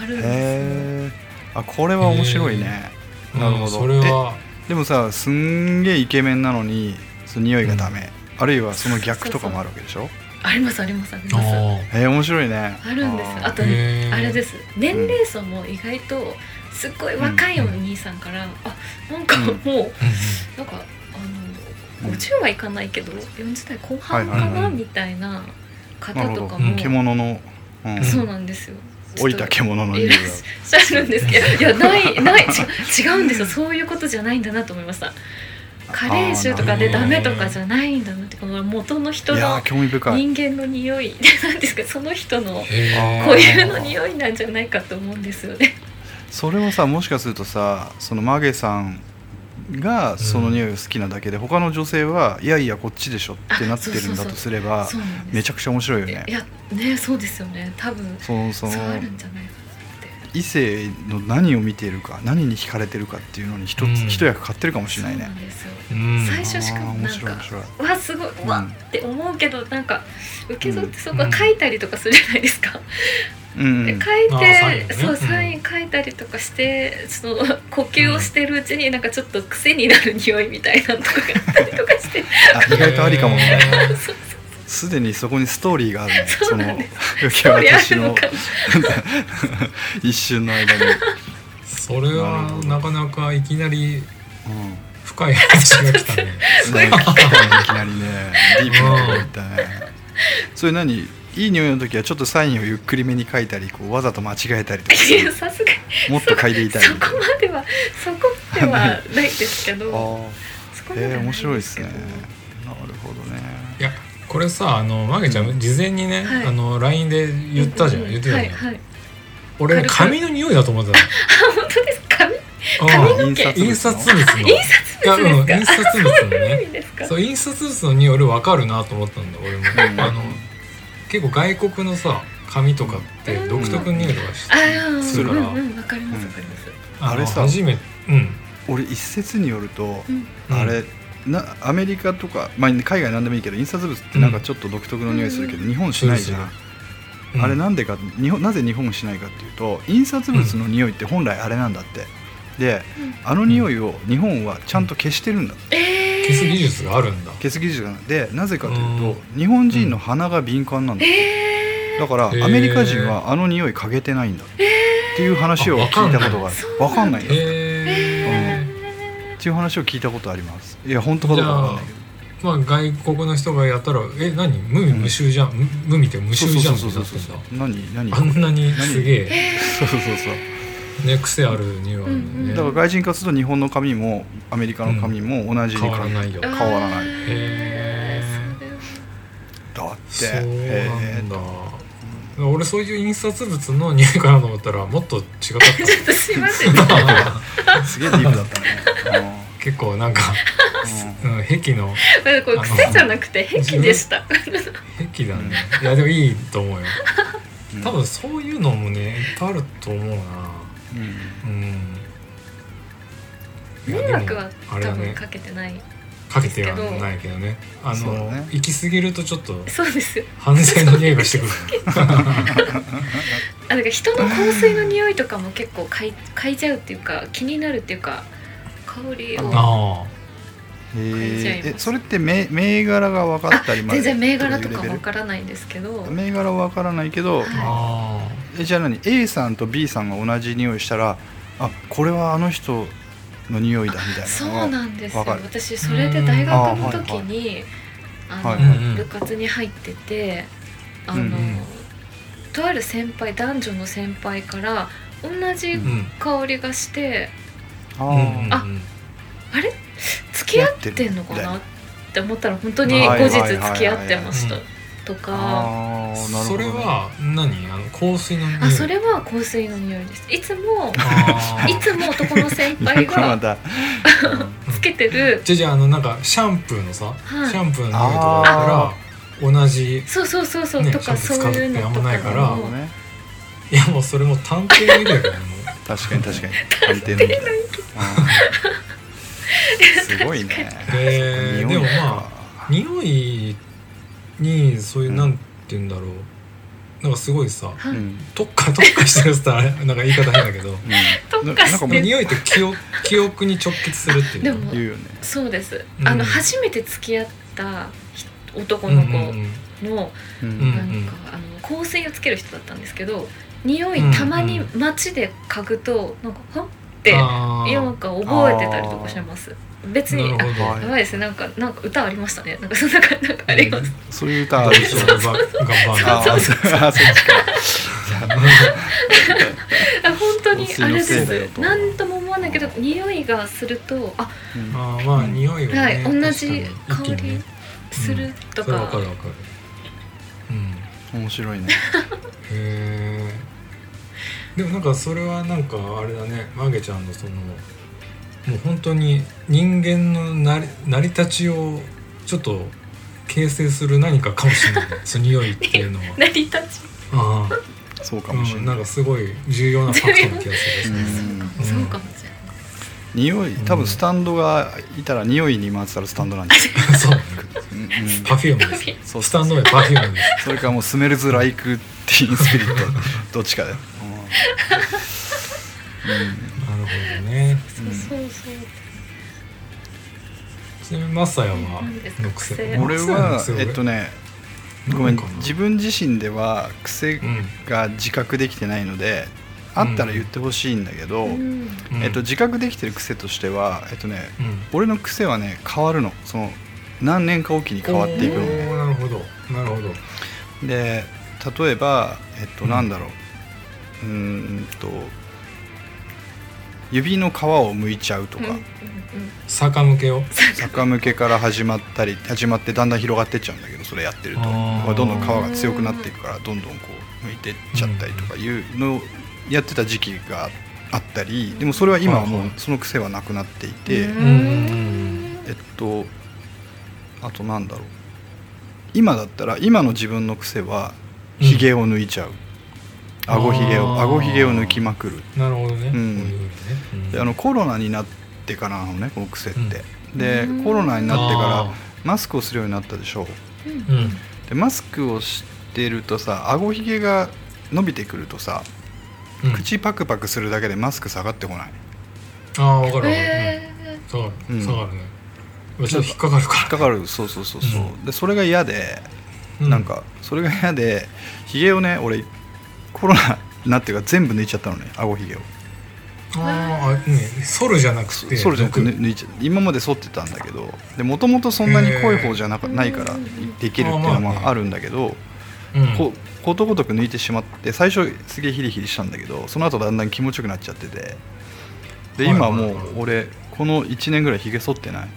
Speaker 4: あるんですよ
Speaker 2: えあこれは面白いね
Speaker 3: うん
Speaker 2: なるほど
Speaker 3: それは
Speaker 2: でもさすんげえイケメンなのにその匂いがダメ、あるいはその逆とかもあるわけでしょ
Speaker 4: ありますありますあり
Speaker 3: あ
Speaker 4: ます
Speaker 2: えー、面白いね
Speaker 4: あるんですあ
Speaker 2: ー
Speaker 4: とね
Speaker 3: へー
Speaker 4: あれです年齢層も意外とすっごい若いお兄さんから、あなんか
Speaker 2: うん
Speaker 4: もう、
Speaker 3: ー
Speaker 4: なんかあ
Speaker 2: う
Speaker 4: の
Speaker 2: ん
Speaker 4: 50はいかないけど40代後半か
Speaker 2: はいはい
Speaker 4: な
Speaker 3: はい
Speaker 4: みたいな
Speaker 2: な
Speaker 4: 方
Speaker 2: る
Speaker 4: と
Speaker 2: ほど
Speaker 4: か
Speaker 3: う
Speaker 4: も
Speaker 3: ん
Speaker 2: 獣の、うん、
Speaker 4: そうなんですよ
Speaker 2: 老いた
Speaker 4: ちょっ
Speaker 2: 獣の
Speaker 4: と
Speaker 2: 匂い
Speaker 4: いら
Speaker 2: が
Speaker 4: っしゃるんですけどいやないない違う違うんですよそういうことじゃないんだなと思いました加齢臭とかで
Speaker 3: あーな
Speaker 4: ダ
Speaker 3: るほ
Speaker 4: メ
Speaker 3: ど
Speaker 4: とかじゃないんだなってこの元の人
Speaker 2: いや
Speaker 4: の
Speaker 2: ー興味深い
Speaker 4: 人間の匂い なんですかその人の
Speaker 3: へー
Speaker 4: こういうの匂いなんじゃないかと思うんですよね。
Speaker 2: それをさもしかするとさそのマゲさんがその匂いを好きなだけで、他の女性はいやいやこっちでしょってなってるんだとすれば
Speaker 4: そうなんです。
Speaker 2: めちゃくちゃ面白いよね
Speaker 4: いやねそうですよね。多分
Speaker 2: そのそ
Speaker 4: そう
Speaker 2: の
Speaker 4: あるんじゃないか
Speaker 2: 異性の何を見ているか何に惹かれてるかっていうのに一つ、
Speaker 3: うん
Speaker 2: 一役買ってるかも
Speaker 4: な。
Speaker 2: しれない
Speaker 4: そうな
Speaker 2: ね
Speaker 4: んですよ。
Speaker 3: うん
Speaker 2: あ
Speaker 4: 最初しか
Speaker 2: ー
Speaker 4: も
Speaker 2: 面
Speaker 4: なん
Speaker 2: 白い
Speaker 4: か
Speaker 2: 面白い
Speaker 4: わすごい
Speaker 2: うん
Speaker 4: わって思うけどなんか受け取ってそこ
Speaker 3: う
Speaker 4: は
Speaker 3: ん
Speaker 4: 書いたりとかするじゃないですか。
Speaker 2: うんう
Speaker 4: で
Speaker 2: ん
Speaker 4: 書い
Speaker 3: あーサインね
Speaker 4: てそううんサイン書いたりとかしてその呼吸をしてるうちになんかちょっと癖になる匂いみたいなのとかがあったりとかして
Speaker 2: あ意外とありかもみたいな
Speaker 3: へー
Speaker 4: そう
Speaker 2: すでにそこにストーリーがあるね
Speaker 4: そうなんで
Speaker 2: 受け
Speaker 4: そういうのある
Speaker 2: 私
Speaker 4: の
Speaker 2: の
Speaker 4: かな。
Speaker 2: 一瞬の間に、
Speaker 3: それはなかなかいきなり
Speaker 2: うん、
Speaker 3: 深い話が来たね
Speaker 4: ごい
Speaker 2: ね来たねいきなりね ディープなとこ行ったねそれ何いい匂いの時はちょっとサインをゆっくりめに書いたりこうわざと間違えたりとか
Speaker 4: いやさすがに
Speaker 2: もっと嗅いでいたり
Speaker 4: そこまではそこまではないですけど
Speaker 2: ああ
Speaker 4: そこまでは
Speaker 2: え
Speaker 4: な
Speaker 2: ー、面白いですね
Speaker 4: けど
Speaker 2: なるほどね
Speaker 3: いやこれさあのマゲちゃん事前にね、
Speaker 4: はい
Speaker 3: あの LINE で言ったじゃん、言ってたじゃん、
Speaker 4: はいはい
Speaker 3: 俺ね
Speaker 4: 軽
Speaker 3: 紙の匂いだと思ってたの
Speaker 4: あ本当ですか紙
Speaker 3: うん
Speaker 4: 髪
Speaker 2: 印刷物の
Speaker 3: 印刷物の
Speaker 4: 印刷物です
Speaker 3: い
Speaker 4: か
Speaker 3: やうん印刷物の
Speaker 4: そういう意
Speaker 3: ね
Speaker 4: 味ですか
Speaker 3: そう印刷物の匂い俺分かるなと思ったんだ俺
Speaker 2: うん
Speaker 3: もあの結構外国のさ紙とかって独特の匂いとかし
Speaker 4: あ
Speaker 3: て
Speaker 4: あ
Speaker 3: するから
Speaker 4: うんうんわかりますわかります
Speaker 3: の
Speaker 2: あれさ
Speaker 3: 初めうん
Speaker 2: 俺一説によると、
Speaker 4: うん
Speaker 3: うん
Speaker 2: あれなアメリカとか、まあ、海外なんでもいいけど印刷物ってなんかちょっと独特の匂いするけど、
Speaker 4: う
Speaker 2: 日本しないじゃ
Speaker 3: す
Speaker 2: ん、
Speaker 3: るうん
Speaker 2: あれなんでか日本なぜ日本しないかっていうと印刷物の匂いって本来あれなんだってで
Speaker 4: うん
Speaker 2: あの匂いを日本はちゃんと消してるんだって
Speaker 4: えー
Speaker 3: 消す技術があるんだ
Speaker 2: 消す技術がないでなぜかという
Speaker 3: う
Speaker 2: と日本人の鼻が敏感なんだって
Speaker 4: え
Speaker 2: だから
Speaker 3: へー
Speaker 2: アメリカ人はあの匂い嗅げてないんだってっていう話を
Speaker 3: あわか
Speaker 2: 聞
Speaker 3: ん
Speaker 2: い
Speaker 3: な
Speaker 2: た
Speaker 3: い
Speaker 2: ことがある
Speaker 4: そうなんだ
Speaker 2: 分かんないんだっ
Speaker 3: へー
Speaker 2: てっていう話を聞いたことありますいや本当かどうかわかんないけ
Speaker 3: ま
Speaker 2: ど
Speaker 3: あ外国の人がやったら「え何無味無臭じゃん、無無味って無
Speaker 2: そう
Speaker 3: 臭
Speaker 2: そう
Speaker 3: じゃん」
Speaker 2: そう
Speaker 3: って
Speaker 2: そう
Speaker 3: なっ
Speaker 2: そ
Speaker 3: て
Speaker 2: うん
Speaker 3: だ
Speaker 2: 何何
Speaker 3: あんなに
Speaker 2: 何
Speaker 3: すげえ、
Speaker 2: そうそうそうそう
Speaker 3: ね、癖ある匂いあるんだよね、
Speaker 2: だから外人からすると日本の紙もアメリカの紙も同じに
Speaker 3: 変わ
Speaker 2: 感
Speaker 3: ら
Speaker 2: じ
Speaker 3: ないよ
Speaker 4: ー
Speaker 2: 変わらない
Speaker 4: えーそれは
Speaker 2: だって
Speaker 3: そうなんだ
Speaker 2: え、
Speaker 3: 俺そういう印刷物の匂いかなと思ったらもっと違か
Speaker 4: ちょっとすいません
Speaker 3: った
Speaker 2: ーすげえディープ だったね
Speaker 3: 結構なんか、うん、癖の
Speaker 4: これ癖じゃなくて癖でした
Speaker 3: 癖だねいやでもいいと思うよ
Speaker 2: うん
Speaker 3: 多分そういうのもねいっぱいあると思うな
Speaker 2: うん
Speaker 3: うんい
Speaker 2: うん
Speaker 3: や
Speaker 4: 迷惑は
Speaker 3: でもあれ
Speaker 4: 多
Speaker 3: だ
Speaker 4: 分
Speaker 3: ね
Speaker 4: かけてない
Speaker 3: かけてはないけどねあ
Speaker 2: そう
Speaker 3: の、
Speaker 2: だね
Speaker 3: 行き過ぎるとちょっと
Speaker 4: そうですよ
Speaker 3: 犯罪の匂いが してくる
Speaker 4: あだから人の香水の匂いとかも結構嗅い嗅いじゃうっていうか気になるっていうか香りを
Speaker 3: ああ
Speaker 2: へ
Speaker 4: 嗅いじゃいます
Speaker 2: ーえそれって銘銘柄が分かったりまで
Speaker 4: 全然銘柄とか
Speaker 2: どういうレ
Speaker 4: わ
Speaker 2: ベ
Speaker 4: からないんですけど
Speaker 2: ル銘柄は分からないけど、
Speaker 3: あ
Speaker 2: えじゃあ何 A さんと B さんが同じ匂いしたらあこれはあの人の匂いだみたいな
Speaker 4: そ
Speaker 2: の
Speaker 4: う
Speaker 2: が
Speaker 4: なんですよ
Speaker 2: わかる
Speaker 4: 私それで大学の時にあの、
Speaker 2: はい
Speaker 3: はいはい
Speaker 4: 部活に入っててあの、
Speaker 2: うんうん
Speaker 4: とある先輩男女の先輩から同じ
Speaker 3: あうん
Speaker 4: 香りがして、
Speaker 2: あ
Speaker 3: うん
Speaker 2: ー
Speaker 4: ああれ付き合ってんのか
Speaker 2: やってるみたい
Speaker 4: な
Speaker 2: な
Speaker 4: って思ったら本当に
Speaker 2: はい
Speaker 4: 後
Speaker 2: はい
Speaker 4: 日
Speaker 2: はいはい
Speaker 4: 付き合ってました。とか
Speaker 2: ああーなるほ
Speaker 3: そ
Speaker 2: どね、
Speaker 3: れは何あの香水の匂い
Speaker 4: あそれは香水の匂いですいつも
Speaker 3: あー
Speaker 4: いつも男の先
Speaker 2: な
Speaker 4: 輩
Speaker 2: んか ま
Speaker 4: が
Speaker 2: だ
Speaker 4: つけてる
Speaker 3: じゃあじゃああのなんかシャンプーのさ、
Speaker 4: はい
Speaker 3: シャンプーの匂いとかだったら同じ
Speaker 4: そうそうそうそう、
Speaker 3: ね
Speaker 4: とか
Speaker 3: シャ
Speaker 4: そ
Speaker 3: ンプー
Speaker 4: ういうのと
Speaker 3: 使うってあんまない
Speaker 4: か
Speaker 3: から
Speaker 4: も
Speaker 2: そうね
Speaker 3: いやもうそれも探偵の 匂いだからもう
Speaker 2: 確かに確かに探偵の意見うんすごいね
Speaker 3: えー
Speaker 2: そっか
Speaker 3: でもま
Speaker 2: あ
Speaker 3: 匂いにそういう、
Speaker 2: うん
Speaker 3: なんて言うんだろうなんかすごいさ
Speaker 2: う
Speaker 4: は
Speaker 2: ん、う
Speaker 4: い
Speaker 2: ん
Speaker 3: 特化特化してるっつったらあれなんか言い方変だけど
Speaker 4: 特
Speaker 2: な
Speaker 4: 化して
Speaker 2: なんかもう
Speaker 3: 匂いって記憶記憶に直結するっていう
Speaker 4: で
Speaker 3: の
Speaker 4: も
Speaker 2: 言うよね
Speaker 4: そうです、
Speaker 3: うん
Speaker 4: あの初めて付き合った人男
Speaker 3: うんう
Speaker 4: の
Speaker 3: ん
Speaker 4: 子の、
Speaker 2: うん
Speaker 3: うん
Speaker 4: なんか、あの香水をつける人だったんですけど匂いたまに街で嗅ぐとなんか「はっ?」て
Speaker 3: あー
Speaker 4: ようか覚えてたりとかします別に
Speaker 3: なる
Speaker 4: あ
Speaker 3: ほ
Speaker 2: あ
Speaker 4: やばいですねなんかなんか歌ありましたねなんかそんな感じなんかあります、
Speaker 2: そうい
Speaker 3: ど
Speaker 2: う歌あ
Speaker 3: あ
Speaker 2: る
Speaker 3: る
Speaker 2: で
Speaker 3: で
Speaker 2: し
Speaker 3: しょ
Speaker 2: ょ
Speaker 3: ガ
Speaker 2: あ
Speaker 3: バーナ
Speaker 2: ーそうあーそっちか
Speaker 4: あ本当に
Speaker 2: 香水
Speaker 4: あ
Speaker 2: の
Speaker 4: れで
Speaker 2: せいだよ
Speaker 4: す
Speaker 2: と
Speaker 4: なんとも思わないけど匂いがするとあ
Speaker 2: うん
Speaker 3: あーまあ匂いはね、
Speaker 4: はい同じ
Speaker 3: 確かに
Speaker 4: 香
Speaker 3: 一気に
Speaker 4: り
Speaker 3: ね
Speaker 4: すると
Speaker 3: それわか
Speaker 4: か
Speaker 3: るわかるうん
Speaker 2: 面白いね
Speaker 3: へえでもなんかそれはなんかあれだねマゲちゃんのそのもう本当に人間のなり成り立ちをちょっと形成する何かかもしれないねその匂いっていうの は
Speaker 4: 成り立ち
Speaker 3: あ
Speaker 2: そう
Speaker 3: あ、
Speaker 2: かもし
Speaker 3: う
Speaker 2: れ
Speaker 3: ん、
Speaker 2: な
Speaker 3: ないんかすごい重要なファクトの気がす
Speaker 2: う
Speaker 3: る、
Speaker 2: ん
Speaker 4: そうかもしれない。
Speaker 2: 匂い多分スタンドがいたら匂いにまつわるスタンドなんですよ、
Speaker 3: そう ね
Speaker 2: うんうん
Speaker 3: パフュームです
Speaker 2: そうそうそう
Speaker 3: スタンドへパフュームです
Speaker 2: それかもうスメルズ・ライク・ティーン・スピリットどっちかだよ、
Speaker 3: なるほどね
Speaker 4: そうそうそう。
Speaker 3: ちなみにマサヤは
Speaker 4: 何ですか
Speaker 3: の癖
Speaker 2: う
Speaker 4: 癖
Speaker 2: ん、
Speaker 4: うん
Speaker 2: 俺
Speaker 3: マ
Speaker 2: は
Speaker 3: サヤの癖
Speaker 2: えっとね
Speaker 3: 俺
Speaker 2: ごめん
Speaker 3: なんかな
Speaker 2: 自分自身では癖
Speaker 3: うん
Speaker 2: が自覚できてないので、あったら言ってほしいんだけど、
Speaker 4: うん
Speaker 3: うん
Speaker 2: えっと、自覚できてる癖としては、えっとね、
Speaker 3: うん
Speaker 2: 俺の癖はね変わるのその何年かおきに変わっていくのね
Speaker 3: おーなるほどなるほど
Speaker 2: で例えばえっと
Speaker 3: うん
Speaker 2: なんだろううーんと指の皮を剥いちゃうと
Speaker 4: うんう
Speaker 2: か
Speaker 4: ん
Speaker 3: 逆向けを
Speaker 2: 逆向けから始まったり始まってだんだん広がってっちゃうんだけどそれやってると
Speaker 3: あー
Speaker 2: まあどんどん皮が強くなっていくからどんどんこう剥いてっちゃったりとかいうのをやってた時期があったりでもそれは今はも
Speaker 3: はいうはい
Speaker 2: その癖はなくなっていて
Speaker 4: うん
Speaker 3: うん
Speaker 2: えっとあとなんだろう今だったら今の自分の癖は
Speaker 3: うん
Speaker 2: ひげを抜いちゃう、顎ひげを
Speaker 3: あー
Speaker 2: 顎ひげを抜きまくる
Speaker 3: なるほどね、
Speaker 2: うん
Speaker 3: こういうふうにね
Speaker 2: であのコロナになってからなのねこの癖って、
Speaker 4: うん
Speaker 2: で
Speaker 4: うん
Speaker 2: コロナになって
Speaker 3: あ
Speaker 2: からマスクをするようになったでしょ
Speaker 4: うん
Speaker 3: ーうん
Speaker 2: でマスクをしてるとさ顎ひげが伸びてくるとさ
Speaker 3: うん
Speaker 2: 口パクパクするだけでマスク下がってこない
Speaker 3: ああわかるわかる、
Speaker 4: え
Speaker 3: うん、下がる下が
Speaker 2: うん
Speaker 3: るね、ちょっと引っかかるから
Speaker 2: 引っかかるそうそうそうそう、
Speaker 3: うん
Speaker 2: でそれが嫌で
Speaker 3: う
Speaker 2: なんかそれが嫌でひげをね俺コロナになってから全部抜いちゃったのね顎ひげを
Speaker 3: あーあね剃るじゃなくて
Speaker 2: それじゃなく
Speaker 3: 抜
Speaker 2: ね
Speaker 3: く
Speaker 2: 抜いちゃ今まで剃ってたんだけどでもともとそんなに濃い方じゃなか
Speaker 4: へー
Speaker 2: ないからできるっていうの
Speaker 3: あまあね
Speaker 2: はあるんだけど、
Speaker 3: うん
Speaker 2: こことごとく抜いてしまって最初すげえヒリヒリしたんだけどその後だんだん気持ちよくなっちゃっててで今もう俺この1年ぐらいひげ剃ってない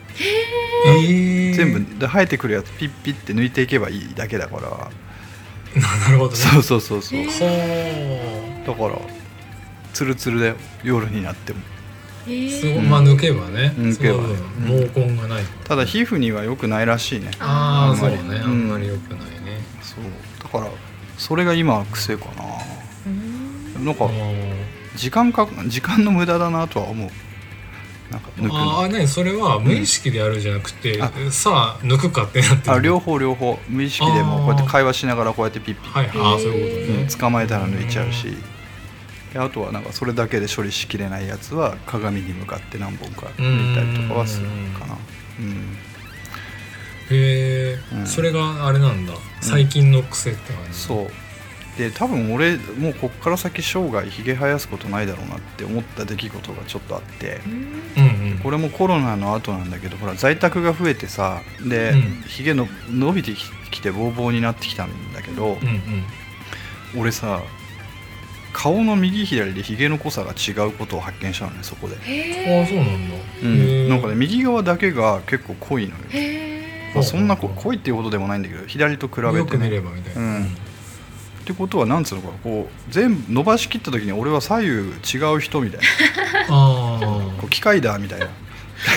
Speaker 3: えー、
Speaker 2: 全
Speaker 3: な
Speaker 2: 部で生えてくるやつピッピッて抜いていけばいいだけだから
Speaker 3: なるほどね
Speaker 2: そうそうそうそう
Speaker 4: へー
Speaker 2: だ
Speaker 3: ほー
Speaker 2: からツルツルだよ夜になっても
Speaker 4: えー
Speaker 3: すごいまあ抜けばね
Speaker 2: 抜けばね
Speaker 3: その分毛根がない
Speaker 2: ただ皮膚には良くないらしいね
Speaker 3: あ
Speaker 2: あ
Speaker 3: あ
Speaker 2: ん
Speaker 3: そ
Speaker 2: ま
Speaker 3: う
Speaker 2: り
Speaker 3: ねあんまり良くないね、
Speaker 2: そうだからそれが今は癖か
Speaker 4: うん
Speaker 2: ななん
Speaker 3: あ
Speaker 2: か時間か時間の無駄だなとは思うなんか抜く
Speaker 3: あ
Speaker 2: の
Speaker 3: あ何それは無意識でやるじゃなくて、
Speaker 2: あ
Speaker 3: さあ抜くかってなってる
Speaker 2: あ両方両方無意識でも
Speaker 3: あー
Speaker 2: こうやって会話しながらこうやってピッピッ、
Speaker 3: はいああそういうこと
Speaker 2: う
Speaker 3: ね、
Speaker 2: ん捕まえたら抜いちゃうしであとはなんかそれだけで処理しきれないやつは鏡に向かって何本か抜いたりとかはするかなうん
Speaker 3: へえ、
Speaker 2: うん
Speaker 3: それがあれなんだ最近の癖って感じ、
Speaker 2: そうで多分俺もうこっから先生涯ひげ生やすことないだろうなって思った出来事がちょっとあって、
Speaker 3: うんうん
Speaker 2: これもコロナの後なんだけどほら在宅が増えてさで
Speaker 3: うん
Speaker 2: ひげ、の伸びてきてボーボーになってきたんだけど
Speaker 3: うん、うん
Speaker 2: 俺さ顔の右左でひげの濃さが違うことを発見したのねそこで、
Speaker 4: へ
Speaker 3: あ
Speaker 4: ー
Speaker 3: あそうなんだ、
Speaker 2: う
Speaker 3: へ
Speaker 2: ん、
Speaker 3: え
Speaker 2: なんかね右側だけが結構濃いのよ
Speaker 4: へ
Speaker 2: まあ、そんなこ濃いっていうほどでもないんだけど左と比べ
Speaker 3: よ
Speaker 2: て
Speaker 3: く見
Speaker 2: ね
Speaker 3: ればみたいな、
Speaker 2: うんってことはなんつうのかなこう全部伸ばしきった時に俺は左右違う人みたい
Speaker 3: あ
Speaker 2: なこう機械だみたいな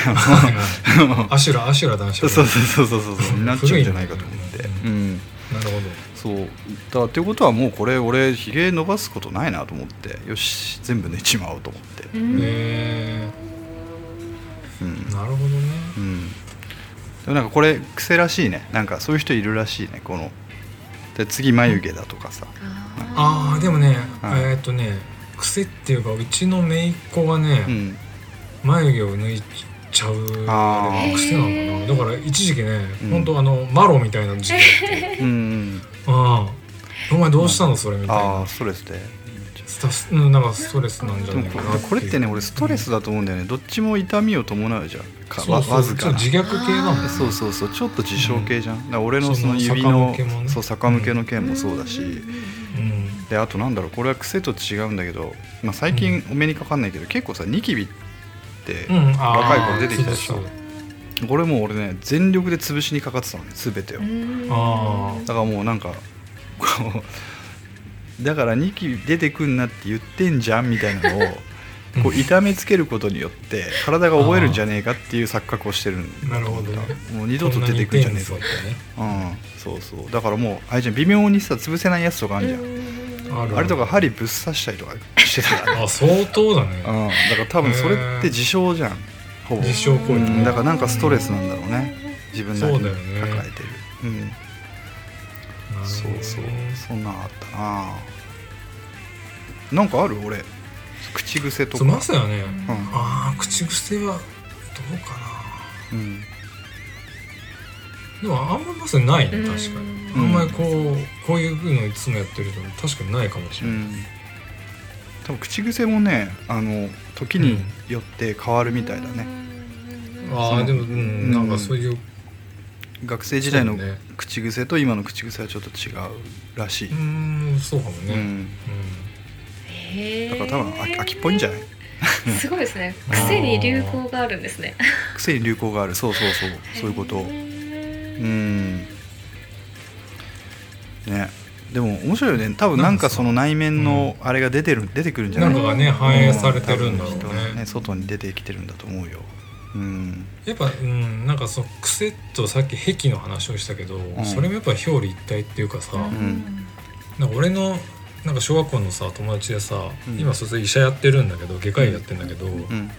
Speaker 3: あアシュラアシュラだアシュ
Speaker 2: そう
Speaker 3: ラ
Speaker 2: そうそうそうそうそうになっちゃうんじゃないかと思って
Speaker 3: 古いね
Speaker 2: うん
Speaker 3: なるほど
Speaker 2: そうだってことはもうこれ俺ひげ伸ばすことないなと思ってよし全部寝ちまおうと思って
Speaker 4: うん
Speaker 3: へ
Speaker 2: うん
Speaker 3: えなるほどね
Speaker 2: うん、でもなんかこれ癖らしいねなんかそういう人いるらしいねこので次眉毛だとかさ
Speaker 3: ああでもね、
Speaker 2: はい
Speaker 3: えーっとね癖っていうかうちの姪っ子がね、
Speaker 2: うん
Speaker 3: 眉毛を抜いちゃう
Speaker 2: あー
Speaker 3: あれ癖なのかなだから一時期ね、
Speaker 2: うん
Speaker 3: 本当あのマロみたいな時期だって
Speaker 2: うん
Speaker 3: ああお前どうしたのそれみたい
Speaker 2: あ
Speaker 3: な
Speaker 2: あストレスで
Speaker 3: スタスうんなんかストレスなんじ
Speaker 2: で
Speaker 3: ゃな
Speaker 2: も
Speaker 3: いか
Speaker 2: こ
Speaker 3: な
Speaker 2: れこれってね俺ストレスだと思うんだよねどっちも痛みを伴うじゃんかわわずかな
Speaker 3: ちょっと自虐系だもんね
Speaker 2: そうそうそうちょっと自傷系じゃん、だから俺のその
Speaker 3: その
Speaker 2: 指の
Speaker 3: 逆向けもね
Speaker 2: そう逆向けの件もそうだし、
Speaker 3: うん
Speaker 2: であとなんだろうこれは癖と違うんだけど、まあ、最近お目にかかんないけど、結構さニキビって、
Speaker 3: うん、あー
Speaker 2: 若い頃出てきたでしょ
Speaker 3: そうそう
Speaker 2: これもう俺ね全力で潰しにかかってたのね全てを、
Speaker 3: あ
Speaker 2: だからもうなんかこう だからニキビ出てくんなって言ってんじゃんみたいなのをこう痛めつけることによって体が覚えるんじゃねえかっていう錯覚をしてるんだと思った
Speaker 3: なるほどね
Speaker 2: もう二度と出てくんじゃねえ
Speaker 3: そ
Speaker 2: か
Speaker 3: んなにペン
Speaker 2: うんそうそうだからもうあれじゃん微妙にさ潰せないやつとかあるじゃん、
Speaker 3: ソーってねある
Speaker 2: あれとか針ぶっ刺したりとかしてた からね、
Speaker 3: あ相当だね
Speaker 2: うん、だから多分それって自傷じゃんほぼ
Speaker 3: 自傷行為
Speaker 2: う
Speaker 3: ね
Speaker 2: んだからなんかストレスなんだろうね自分なりに抱
Speaker 3: そうだよね
Speaker 2: えてるうん
Speaker 3: なるほ
Speaker 2: そ
Speaker 3: ど
Speaker 2: う
Speaker 3: ね
Speaker 2: そうそんなんあったななんかある俺口癖と
Speaker 3: そ
Speaker 2: か
Speaker 3: うまさやね
Speaker 2: うん
Speaker 3: あー口癖はどうか
Speaker 2: うん
Speaker 3: なでもあんままさにないね確かにあ
Speaker 2: うん
Speaker 3: んまりこうこういうのいつもやってると確かにないかもし
Speaker 2: う
Speaker 3: れない
Speaker 2: ん多分口癖もねあの時によって変わるみたいだね、
Speaker 3: あ
Speaker 2: そ
Speaker 3: あ
Speaker 2: う
Speaker 3: でもうんなんかそういう
Speaker 2: 学生時代の
Speaker 3: そうね
Speaker 2: 口癖と今の口癖はちょっと違うらしい、
Speaker 3: うーんそうかも
Speaker 2: う
Speaker 3: ね
Speaker 2: ん、
Speaker 3: う
Speaker 2: だから多分秋秋っぽいんじゃない
Speaker 4: いすごいですね
Speaker 3: あー
Speaker 4: 癖に流行があるんですね
Speaker 2: 癖に流行があるそうそうそうそういうことうんねでも面白いよね多分なんかその内面のあれが出てる、出てくるんじ
Speaker 3: ん
Speaker 2: ゃ
Speaker 3: な
Speaker 2: ない
Speaker 3: んかがね反映されてるんだろう
Speaker 2: 多分人が
Speaker 3: ね
Speaker 2: 外に出てきてるんだと思うようん
Speaker 3: やっぱうんなんかその癖とさっき癖の話をしたけど、
Speaker 2: ん
Speaker 3: それもやっぱ表裏一体っていうかさ、
Speaker 2: ん
Speaker 3: なんか俺のなんか小学校のさ友達でさ、
Speaker 2: うん
Speaker 3: 今それ医者やってるんだけど外科医やってんだけど、
Speaker 2: うん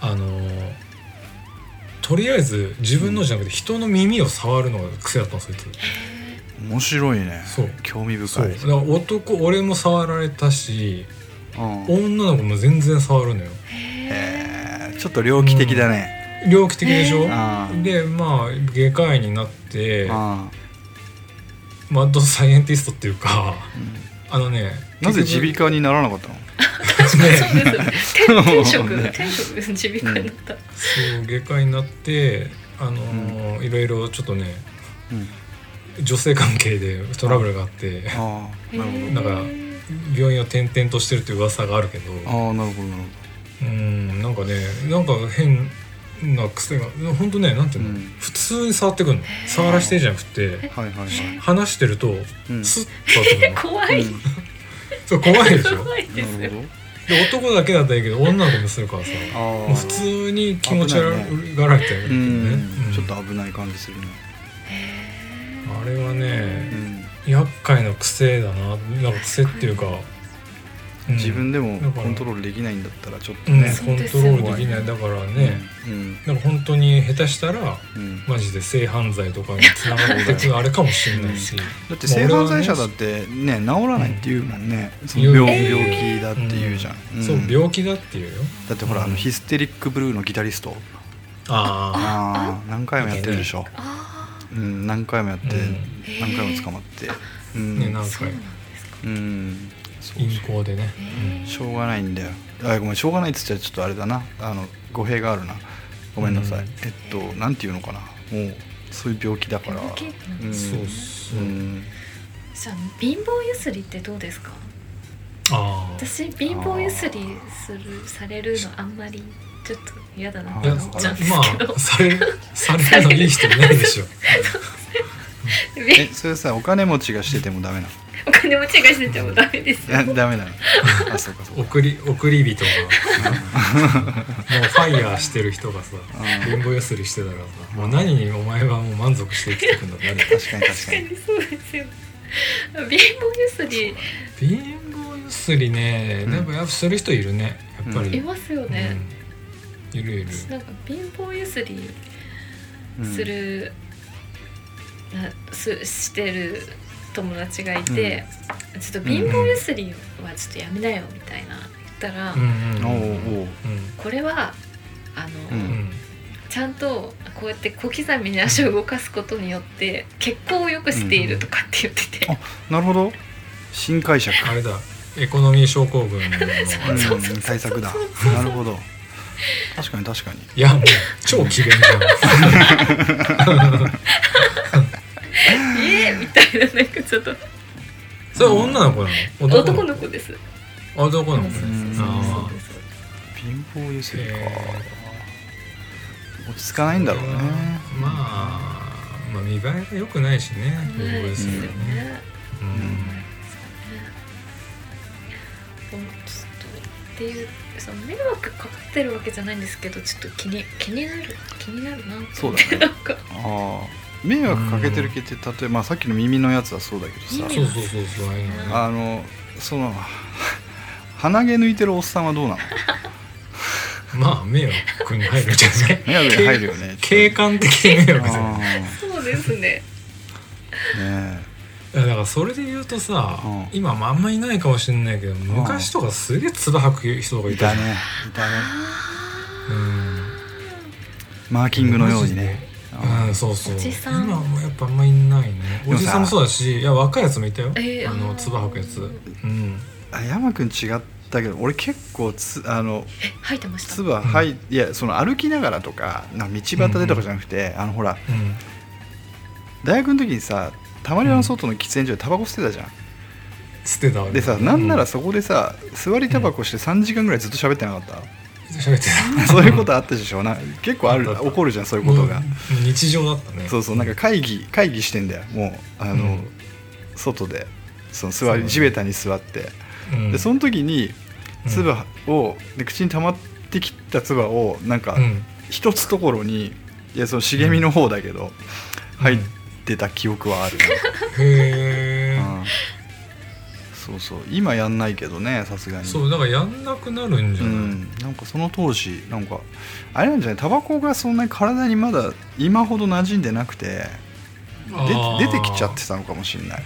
Speaker 3: あのーとりあえず自分のじゃなくて人の耳を触るのが癖だったのそいつ
Speaker 2: 面白いね
Speaker 3: そう
Speaker 2: 興味
Speaker 3: そ
Speaker 2: 深
Speaker 3: う
Speaker 2: い
Speaker 3: だから男俺も触られたし
Speaker 2: うん
Speaker 3: 女の子も全然触るのよ
Speaker 2: えーちょっと猟奇的だね、
Speaker 3: 猟奇的でしょ、
Speaker 2: あー
Speaker 3: でまあ外科医になって
Speaker 2: あ
Speaker 3: マッドサイエンティストっていうか
Speaker 2: ーうん
Speaker 3: あのね
Speaker 2: なぜ
Speaker 3: 結局
Speaker 2: 耳鼻科にならなかったの
Speaker 4: そうです天天職
Speaker 2: ね
Speaker 4: 天職です耳鼻科になった
Speaker 3: そう外科医になってあのーいろいろちょっとね
Speaker 2: うん
Speaker 3: 女性関係でトラブルがあって
Speaker 2: ああなるほど
Speaker 3: なんか病院を転々としてるっていう噂があるけど
Speaker 2: ああなるほどなる
Speaker 3: うんなんかねなんか変な癖がほんとねなんていうの、
Speaker 2: うん
Speaker 3: 普通に触ってくるの触らしてじゃなくて
Speaker 2: ほどはいはいはい
Speaker 3: 話してると
Speaker 2: うん
Speaker 3: スッと触ってくるの
Speaker 4: 怖い
Speaker 3: そう怖いでしょ
Speaker 4: 怖いです
Speaker 2: なる
Speaker 4: ね
Speaker 2: ほど
Speaker 3: で男だけだったらいいけど女の子もするからさ
Speaker 2: あ
Speaker 3: も
Speaker 2: ー
Speaker 3: う普通に気持ち悪がられてる
Speaker 2: う
Speaker 3: けどね
Speaker 2: ん、
Speaker 3: うん
Speaker 2: ちょっと危ない感じするね、
Speaker 3: あれはね
Speaker 2: うん、
Speaker 3: 厄介な癖だななんか癖っていうか、うん
Speaker 2: 自分でも
Speaker 3: だから
Speaker 2: コントロールできないんだったらちょっと
Speaker 3: うん
Speaker 2: ね、
Speaker 3: コントロールできないだからね、
Speaker 2: うん
Speaker 3: なんか本当に下手したら
Speaker 2: うん、
Speaker 3: マジで性犯罪とかにつながってくるあれかもしれないし、
Speaker 2: だって性犯罪者だってね治らないっていうもんね、その
Speaker 3: 病
Speaker 2: 病
Speaker 3: 気
Speaker 2: 病気だっていうじゃん、ん
Speaker 3: そう病気だっていうよ
Speaker 2: だってほら、あのヒステリックブルーのギタリスト
Speaker 3: あ
Speaker 2: ああ何回もやってるでしょ、
Speaker 4: あ
Speaker 2: うん、何回もやって、
Speaker 3: うん
Speaker 2: 何回も捕まって、うん
Speaker 3: ねなん
Speaker 4: あ
Speaker 3: か
Speaker 4: そうなんです
Speaker 2: うん、そう
Speaker 3: 陰行でね、
Speaker 2: しょうがないんだよあごめんしょうがないっつっちゃちょっとあれだなあの語弊があるなごめんなさい、
Speaker 3: うん
Speaker 2: えっとなんていうのかなもうそういう病気だから
Speaker 4: 病気
Speaker 2: うん、
Speaker 3: そうそう、
Speaker 2: うん
Speaker 4: じゃあ貧乏ゆすりってどうですか
Speaker 3: ああ
Speaker 4: 私貧乏ゆすりするされるのあんまりちょっと嫌だなっ
Speaker 2: あ
Speaker 3: い
Speaker 4: て
Speaker 3: や
Speaker 4: 思っちゃうんですけど
Speaker 3: まあされされるのいい人いないで しょ
Speaker 2: えそれさお金持ちがしててもダメなの
Speaker 4: お金持ちがしててもダメですよ
Speaker 2: いやダメなのあそうかそうか
Speaker 3: 送り送り人がもうファイヤーしてる人がさ
Speaker 2: うん
Speaker 3: 貧乏ゆすりしてたらさもう何にお前はもう満足して生きてくんだってなるよ
Speaker 2: 確かに確
Speaker 4: 確
Speaker 2: か
Speaker 4: か
Speaker 2: に
Speaker 4: にそうですよ貧乏ゆすり
Speaker 3: 貧乏ゆすりね
Speaker 2: うん
Speaker 3: でもやっぱする人いるねやっぱり、
Speaker 2: う
Speaker 3: うんん、
Speaker 4: いますよね、
Speaker 3: いるいる
Speaker 4: 私なんか貧乏ゆすり
Speaker 2: うん
Speaker 4: する、なすしてる友達がいて、ちょっと貧乏ゆすりはちょっとやめなよみたいな言ったら、
Speaker 3: うんうん
Speaker 2: おうおう
Speaker 3: うん
Speaker 4: これはあの、
Speaker 2: うん
Speaker 3: うん
Speaker 4: ちゃんとこうやって小刻みに足を動かすことによって血行を良くしているとかって言ってて、
Speaker 2: うんなるほど新解釈
Speaker 3: あれだエコノミー症候群のあ
Speaker 2: う
Speaker 3: れ
Speaker 2: ん
Speaker 4: そうそうそうそう
Speaker 2: 対策だなるほど確かに確かに
Speaker 3: いやもう超機嫌じゃん
Speaker 4: ええみたいななんかちょっと
Speaker 3: それ女の子なの
Speaker 4: 男の
Speaker 3: 子
Speaker 4: 子です。
Speaker 3: 男の子
Speaker 4: そう
Speaker 3: ね
Speaker 4: そうそう
Speaker 3: あ
Speaker 4: そうです
Speaker 2: 貧乏ゆすりか
Speaker 3: へ
Speaker 2: 落ち着かないんだろうね
Speaker 3: まあまあ見栄えが良くないしね
Speaker 4: そう
Speaker 3: 貧乏ゆ
Speaker 4: です
Speaker 3: すり
Speaker 4: よ
Speaker 3: はね
Speaker 4: ね。
Speaker 3: う
Speaker 4: そうんねほんとちょっとっていうその迷惑かかってるわけじゃないんですけどちょっと気に気になる気になるなって
Speaker 2: そう
Speaker 4: 思
Speaker 2: だ
Speaker 4: っ
Speaker 2: ね
Speaker 4: て、なんか
Speaker 2: ああ迷惑かけてるけって例えば、まあ、さっきの耳のやつはそうだけど
Speaker 4: 耳
Speaker 2: さ
Speaker 3: そうそうそうそうああいうのね
Speaker 2: あのその鼻毛抜いてるおっさんはどうなの
Speaker 3: まあ迷惑に入るじゃない
Speaker 2: 迷惑が入るよね
Speaker 3: 景観的に迷惑じゃ
Speaker 2: あ
Speaker 3: ん
Speaker 4: そうですね。
Speaker 2: あね
Speaker 3: いやだからそれで言うとさ、
Speaker 2: うん
Speaker 3: 今もあんまいないかもしれないけど昔とかすげえ唾吐く人が
Speaker 2: え
Speaker 3: い
Speaker 2: い
Speaker 3: た
Speaker 2: た
Speaker 3: じゃん
Speaker 2: ねいたね
Speaker 4: あ
Speaker 3: うん
Speaker 2: マーキングのようにねあ
Speaker 3: うん、そうそう
Speaker 4: おじさん
Speaker 3: 今もやっぱあんまいないね
Speaker 2: でも
Speaker 3: お
Speaker 2: さ
Speaker 3: じさんもそうだしいや若いやつもいたよ、
Speaker 4: えー
Speaker 3: あ
Speaker 4: あ
Speaker 3: の
Speaker 4: ー
Speaker 3: 唾吐くやつうん
Speaker 2: あ山くん違ったけど俺結構つあの
Speaker 4: え吐いてました。
Speaker 2: 唾はい、いやその歩きながらとかなんか道端でとかじゃなくて、あのほら
Speaker 3: うん
Speaker 2: 大学の時にさたまり場の外の喫煙所でタバコ吸ってたじゃん、
Speaker 3: 捨てたわけ
Speaker 2: でさなんならそこでさ座りタバコして3時間ぐらいずっと喋ってなかった、
Speaker 3: うん喋ってた
Speaker 2: そういうことあったでしょな結構ある起こるじゃんそういうことが
Speaker 3: も、う日常だったね
Speaker 2: そうそうなんか会議会議してんだよもうあの、
Speaker 3: うん
Speaker 2: 外でその
Speaker 3: そう
Speaker 2: 座
Speaker 3: だ
Speaker 2: り
Speaker 3: ね
Speaker 2: 地べたに座って、
Speaker 3: うん
Speaker 2: でその時に
Speaker 3: うん
Speaker 2: 唾をで口に溜まってきた唾をなんか
Speaker 3: うん
Speaker 2: 一つところにいやその茂みの方だけど、入っ
Speaker 3: うん
Speaker 2: てた記憶はある、
Speaker 3: へえ、
Speaker 2: うんそうそう今やんないけどねさすがに
Speaker 3: そうだからやんなくなるんじゃ
Speaker 2: う
Speaker 3: ない、
Speaker 2: ん、なんかその当時なんかあれなんじゃないタバコがそんなに体にまだ今ほど馴染んでなくて
Speaker 3: あー
Speaker 2: で出てきちゃってたのかもしれない、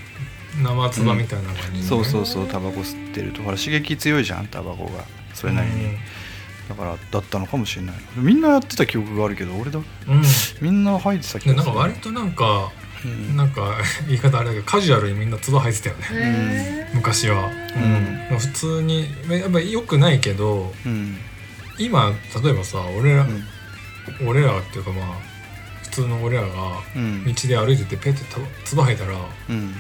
Speaker 3: 生唾みたいな感じ、ね
Speaker 2: そうそうそうタバコ吸ってるとほら刺激強いじゃんタバコがそれなりに、だからだったのかもしれないみんなやってた記憶があるけど俺だ
Speaker 3: うん、うん
Speaker 2: みんな入ってた気
Speaker 3: で
Speaker 2: が
Speaker 3: なん
Speaker 2: す
Speaker 3: か
Speaker 2: る
Speaker 3: 割となんか、
Speaker 2: うん
Speaker 3: なんか言い方あれだけどカジュアルにみんな唾吐いてたよね
Speaker 4: へー
Speaker 3: 昔は、
Speaker 2: ん
Speaker 3: うん、普通にやっぱ良くないけど
Speaker 2: うん
Speaker 3: 今例えばさ俺ら、
Speaker 2: うん
Speaker 3: 俺らっていうかまあ普通の俺らが
Speaker 2: うん
Speaker 3: 道で歩いててペッて唾吐いたらは
Speaker 2: うん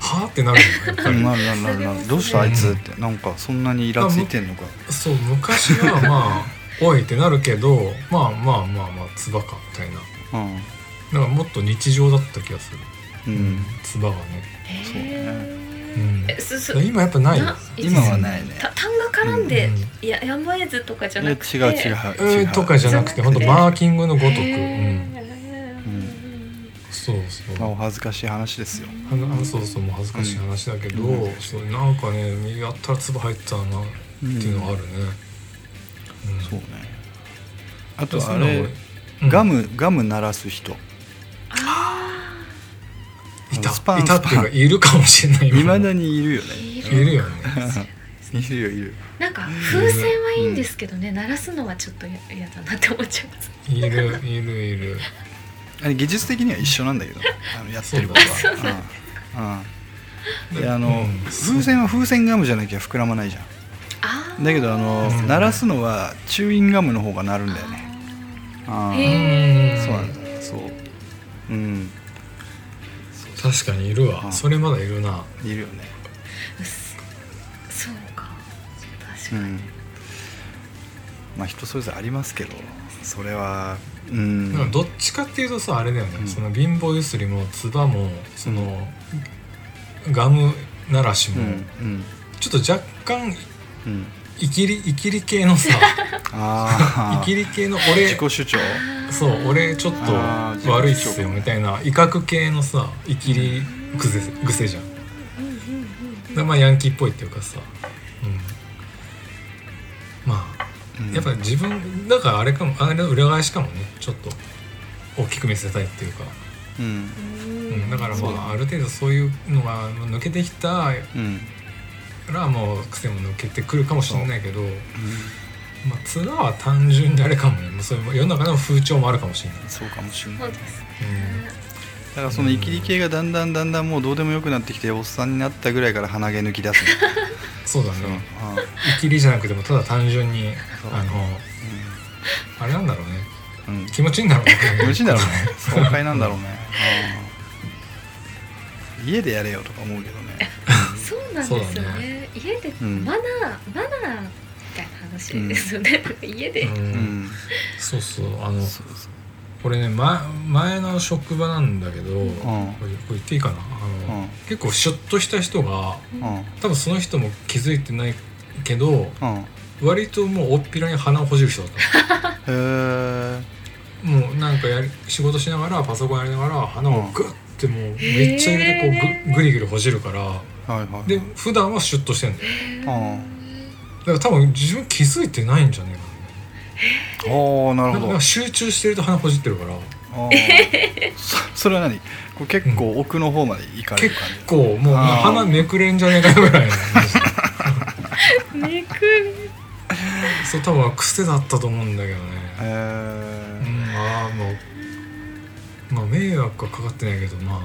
Speaker 3: あってなるよねやっぱり
Speaker 2: なるなるなるなるどうしたあいつってなんかそんなにイラついてんのか
Speaker 3: そう昔はまあ おいってなるけどまあまあまあまあ唾かみたいな
Speaker 2: うん
Speaker 3: なんかもっと日常だった気がする
Speaker 2: うん
Speaker 3: 唾がね、
Speaker 2: そう
Speaker 4: へ
Speaker 3: う
Speaker 4: ー
Speaker 3: ん、
Speaker 4: えすす
Speaker 3: 今やっぱないよ
Speaker 4: な
Speaker 2: 今はないね
Speaker 4: た単が絡んで、
Speaker 3: うん
Speaker 4: いややんばえずとかじゃ
Speaker 2: いや違
Speaker 4: な
Speaker 2: う
Speaker 4: くて
Speaker 2: 違う違う
Speaker 3: うんとかじゃなくて
Speaker 4: ほ
Speaker 3: 本
Speaker 4: んと
Speaker 3: 当マーキングのごとく、
Speaker 4: へ
Speaker 3: うん、
Speaker 4: ー
Speaker 2: うん
Speaker 3: そうそう
Speaker 2: まあお恥ずかしい話ですよ
Speaker 3: あのあそうそうもう恥ずかしい話だけど、
Speaker 2: うん
Speaker 3: そうなんかねやったら唾入ってたなっていうのはあるね、うん
Speaker 2: そうねあ
Speaker 3: そう
Speaker 2: と
Speaker 3: い
Speaker 2: あ
Speaker 3: うの
Speaker 2: れ
Speaker 3: 俺うん
Speaker 2: ガムガム鳴らす人
Speaker 4: あ
Speaker 3: いた
Speaker 2: スパン
Speaker 3: いたっていうかいるかもしれない
Speaker 2: いま
Speaker 3: い
Speaker 2: だにいるよね
Speaker 4: ー
Speaker 3: るよね
Speaker 2: いるよいるよ
Speaker 4: なんか風船はいいんですけどね、鳴らすのはちょっと嫌だなって思っちゃいます。
Speaker 3: いるいるいる
Speaker 2: あれ技術的には一緒なんだけ どあのやってること
Speaker 3: そ
Speaker 2: はうんうんであ
Speaker 3: う
Speaker 2: の、
Speaker 3: ん
Speaker 2: 風船は風船ガムじゃなきゃ膨らまないじゃん
Speaker 4: あー
Speaker 2: だけどあの、
Speaker 3: うん
Speaker 2: 鳴らすのはチューインガムの方が鳴るんだよねあ
Speaker 4: あー
Speaker 2: あ
Speaker 4: へー
Speaker 2: そうなんだそううん
Speaker 3: 確かにいるわ、
Speaker 2: うん
Speaker 3: それまだいるない
Speaker 2: るよね
Speaker 4: うっすそうか。確
Speaker 2: う
Speaker 4: かに。
Speaker 2: んまあ人それぞれありますけどそれはうん
Speaker 3: なんかどっちかっていうとさあれだよね、
Speaker 2: うん
Speaker 3: その貧乏ゆすりもつばもその、ガムならし
Speaker 2: う
Speaker 3: も、
Speaker 2: んうん
Speaker 3: ちょっと若干
Speaker 2: うん
Speaker 3: イキリイキリ系のさ
Speaker 2: あ
Speaker 3: イ
Speaker 2: あ
Speaker 3: キリ系の
Speaker 2: 自
Speaker 3: 俺
Speaker 2: 己主張
Speaker 3: そう俺ちょっと
Speaker 2: あー
Speaker 3: 悪いっすよみたいな威嚇系のさイキリ癖癖じゃんだか
Speaker 4: うんうんうんう
Speaker 3: ら
Speaker 4: ん
Speaker 3: まあヤンキーっぽいっていうかさ、うん、まあ
Speaker 2: うん
Speaker 3: やっぱ自分だからあれかもあれの裏返しかもねちょっと大きく見せたいっていうか、
Speaker 2: うん
Speaker 3: うん、だから
Speaker 2: そ
Speaker 3: ま
Speaker 2: うだ
Speaker 3: あある程度そういうのが抜けてきた
Speaker 2: うん
Speaker 3: らもう癖も抜けてくるかもしれないけど、
Speaker 2: う
Speaker 3: まあ、ツナは単純にあれかもねもうそういう世の中の風潮もあるかもしれない
Speaker 2: ん、そうかもしれな
Speaker 4: そ
Speaker 2: いうだ
Speaker 4: ですね
Speaker 2: からそのイキリ系がだんだんだんだんもうどうでもよくなってきておっさんになったぐらいから鼻毛抜き出すの
Speaker 3: そうだ
Speaker 2: そう
Speaker 3: ね
Speaker 2: あー
Speaker 3: イキリじゃなくてもただ単純に
Speaker 2: そう
Speaker 3: あのあれなんだろうね
Speaker 2: うんうん
Speaker 3: 気持ちいいんだろうね
Speaker 2: 気持ちいいん だろうね爽快なんだろうねあー家でやれよとか思うけどね
Speaker 4: そうなんです
Speaker 3: そう
Speaker 4: よ
Speaker 3: だね
Speaker 4: ね家で
Speaker 2: うん
Speaker 4: マナー、マナーみたいな話ですよね、 家で、
Speaker 3: うん
Speaker 2: うん
Speaker 3: そうそうあの
Speaker 2: そうそ
Speaker 3: これね前前の職場なんだけど、これこれ言っていいかなあの、
Speaker 2: うん
Speaker 3: 結構シュッとした人が
Speaker 2: ううん
Speaker 3: 多分その人も気づいてないけど
Speaker 2: うんへ
Speaker 3: 割ともうおっぴらに鼻をほじる人だった
Speaker 2: え
Speaker 3: もうなんかやり仕事しながらパソコンやりながら鼻をグッてもうめっちゃ入れてこう
Speaker 4: へー
Speaker 3: ググリグリほじるから
Speaker 2: はいはい
Speaker 3: で普段はシュッとしてんだよ
Speaker 2: あ
Speaker 3: だから多分自分気づいてないんじゃね
Speaker 2: あ
Speaker 3: え
Speaker 2: あな
Speaker 3: か
Speaker 2: る
Speaker 3: な
Speaker 2: ほ
Speaker 3: なん
Speaker 2: ど
Speaker 3: か集中してると鼻ほじってるから
Speaker 2: あーそそれは何こう結構奥の方まで行かれ
Speaker 3: 結
Speaker 2: る感じ
Speaker 3: 構もう
Speaker 2: あー
Speaker 3: 鼻めくれんじゃねえかぐらいの話
Speaker 4: 肉
Speaker 3: そう多分癖だったと思うんだけどね
Speaker 2: へ
Speaker 3: う
Speaker 2: え
Speaker 3: んまあもうまあ迷惑はかかってないけどまあ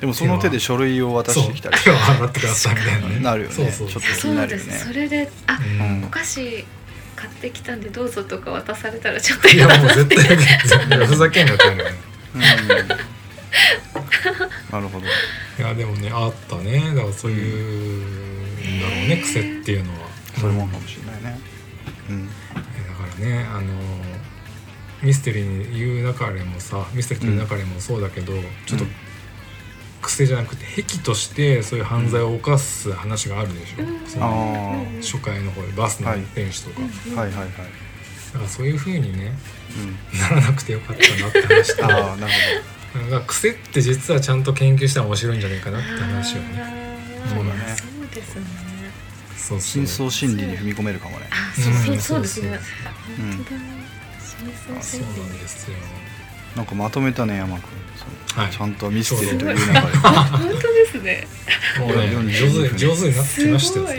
Speaker 2: でもその手で書類を渡
Speaker 3: そう
Speaker 2: してきたり
Speaker 3: 手を洗ってくださいみたいなね
Speaker 2: なるよね
Speaker 3: そうそう
Speaker 2: ちょっと気
Speaker 4: そ
Speaker 2: に
Speaker 4: う
Speaker 2: な
Speaker 4: なん
Speaker 2: る
Speaker 4: で
Speaker 2: よ
Speaker 4: す、
Speaker 2: ね
Speaker 4: それであ、
Speaker 3: うん
Speaker 4: お菓子買ってきたんでどうぞとか渡されたらちょっと
Speaker 3: い
Speaker 4: 嫌
Speaker 3: や
Speaker 4: だ
Speaker 3: もう
Speaker 4: な
Speaker 3: 絶
Speaker 4: って
Speaker 3: 対絶対ふざけんなって思うよね
Speaker 2: うん、なるほど
Speaker 3: いやでもねあったねだからそういう、ん、だろうね癖っていうのは
Speaker 2: そういうもんかもしれないねうん
Speaker 3: いやだからねあのミステリーに言う中でもさミステリーという中でもそうだけど、ちょっと
Speaker 2: うん
Speaker 3: 癖じゃなくて癖としてそういう犯罪を犯す話があるでしょ、
Speaker 4: うん
Speaker 3: そ
Speaker 2: ああ
Speaker 3: の
Speaker 4: ー
Speaker 3: 初回の方でバスの運転手とか、
Speaker 4: うん
Speaker 2: はいはいはい、
Speaker 3: だからそういうふうにね
Speaker 2: うん、
Speaker 3: ならなくてよかったなって話と
Speaker 2: ああなる
Speaker 3: なんか癖って実はちゃんと研究したら面白いんじゃないかなって話をね
Speaker 4: あー
Speaker 3: そうだ
Speaker 2: ね
Speaker 4: そうですね
Speaker 3: そうそ
Speaker 2: ほど
Speaker 3: う
Speaker 2: 深層心理に踏み込めるかもね
Speaker 4: あそうそう
Speaker 3: うん
Speaker 4: そうですね
Speaker 2: う
Speaker 4: 本
Speaker 2: ん
Speaker 4: 当だ真相
Speaker 3: そう
Speaker 4: 心
Speaker 3: なん
Speaker 4: 理
Speaker 3: ですよ
Speaker 2: なんかまとめたね山君その
Speaker 3: はい
Speaker 2: ちゃんとミステリーという中で
Speaker 4: 本当ですね
Speaker 3: もうね、上手上手になってきましたよ
Speaker 4: すごい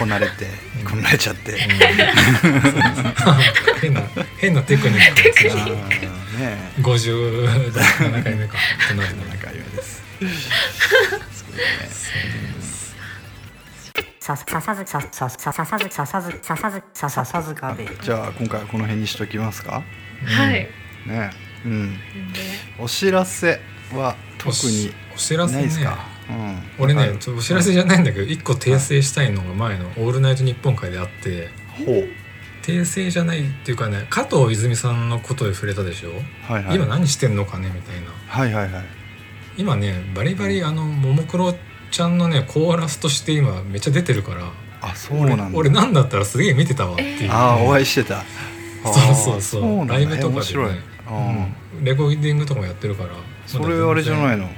Speaker 2: こなれて
Speaker 3: うん
Speaker 2: こなれちゃって、
Speaker 3: 最近 変な変なテクニックです
Speaker 2: あ
Speaker 3: ね
Speaker 2: ーね
Speaker 3: 57回目かとなるの
Speaker 2: え
Speaker 3: ね
Speaker 2: なんか言うです
Speaker 1: さささずさささささずささずささずさささずかべ。
Speaker 2: じゃあ今回はこの辺にしときますか
Speaker 4: はい
Speaker 2: ねえうん
Speaker 4: なんで
Speaker 2: お知らせは特に
Speaker 3: お知らせ
Speaker 2: ない
Speaker 3: ね
Speaker 2: ですか、うん、
Speaker 3: 俺
Speaker 2: ある
Speaker 3: ねちょっとお知らせじゃないんだけど一個訂正したいのが前の「オールナイトニッポン」会であって
Speaker 2: ほう
Speaker 3: 訂正じゃないっていうかね加藤泉さんのことで触れたでしょ
Speaker 2: はいはい
Speaker 3: 今何してんのかねみたいな
Speaker 2: はいはいはい
Speaker 3: 今ねバリバリあのももクロちゃんのねコーラスとして今めっちゃ出てるから
Speaker 2: あそうなんだ
Speaker 3: 俺なんだったらすげえ見てたわっていう、
Speaker 2: ああお会いしてた
Speaker 3: そうそうそう
Speaker 2: あーなんだ
Speaker 3: ライブとかでね
Speaker 2: 面白い、あー
Speaker 3: うんレコーディングとかもやってるから
Speaker 2: それはあれじゃない
Speaker 3: い、
Speaker 2: の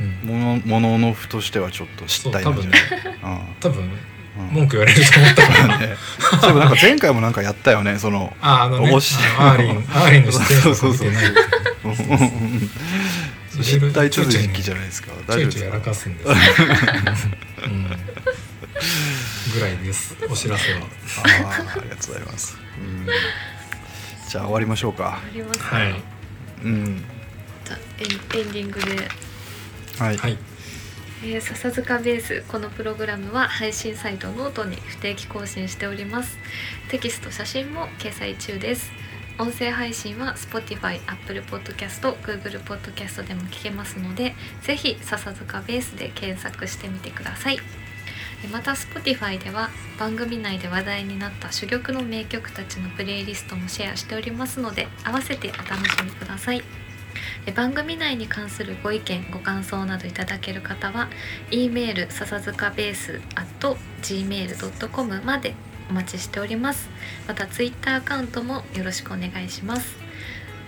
Speaker 3: うん、
Speaker 2: ものもののふとしてはちょっと
Speaker 3: そ
Speaker 2: 失
Speaker 3: う
Speaker 2: 態
Speaker 3: 多
Speaker 2: なんじ
Speaker 3: 分
Speaker 2: ゃ
Speaker 3: ね
Speaker 2: ないうん
Speaker 3: 多分ね
Speaker 2: うん
Speaker 3: 文句言われると思ったから
Speaker 2: ねそういえばなんか前回もなんかやったよねその
Speaker 3: ああのね
Speaker 2: 面白い
Speaker 3: あのアーリンアーリンの視点とか見てない
Speaker 2: うん失態続きじゃないですか
Speaker 3: ちょ
Speaker 2: 大丈
Speaker 3: い
Speaker 2: 夫
Speaker 3: ちょいやら
Speaker 2: ですか
Speaker 3: かす んです、ねうん、ぐらいですお知らせは
Speaker 2: あーありがとうございますうんじゃあ終わりましょうか
Speaker 4: ありますか
Speaker 3: はい
Speaker 2: うん
Speaker 4: じゃあエンエンディングで
Speaker 2: はい
Speaker 3: はい
Speaker 4: えー、笹塚ベースこのプログラムは配信サイトノートに不定期更新しておりますテキスト写真も掲載中です音声配信は Spotify、Apple Podcast、Google Podcast でも聞けますのでぜひ笹塚ベースで検索してみてくださいまた Spotify では番組内で話題になった珠玉の名曲たちのプレイリストもシェアしておりますので合わせてお楽しみくださいえ番組内に関するご意見ご感想などいただける方は e メール笹塚ベース at gmail.com までお待ちしておりますまた Twitter アカウントもよろしくお願いします、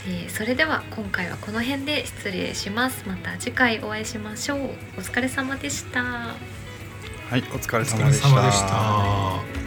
Speaker 4: えーそれでは今回はこの辺で失礼しますまた次回お会いしましょうお疲れ様でした
Speaker 2: はいお疲れ
Speaker 3: お疲
Speaker 2: 様
Speaker 3: れ
Speaker 2: でした
Speaker 3: 様でした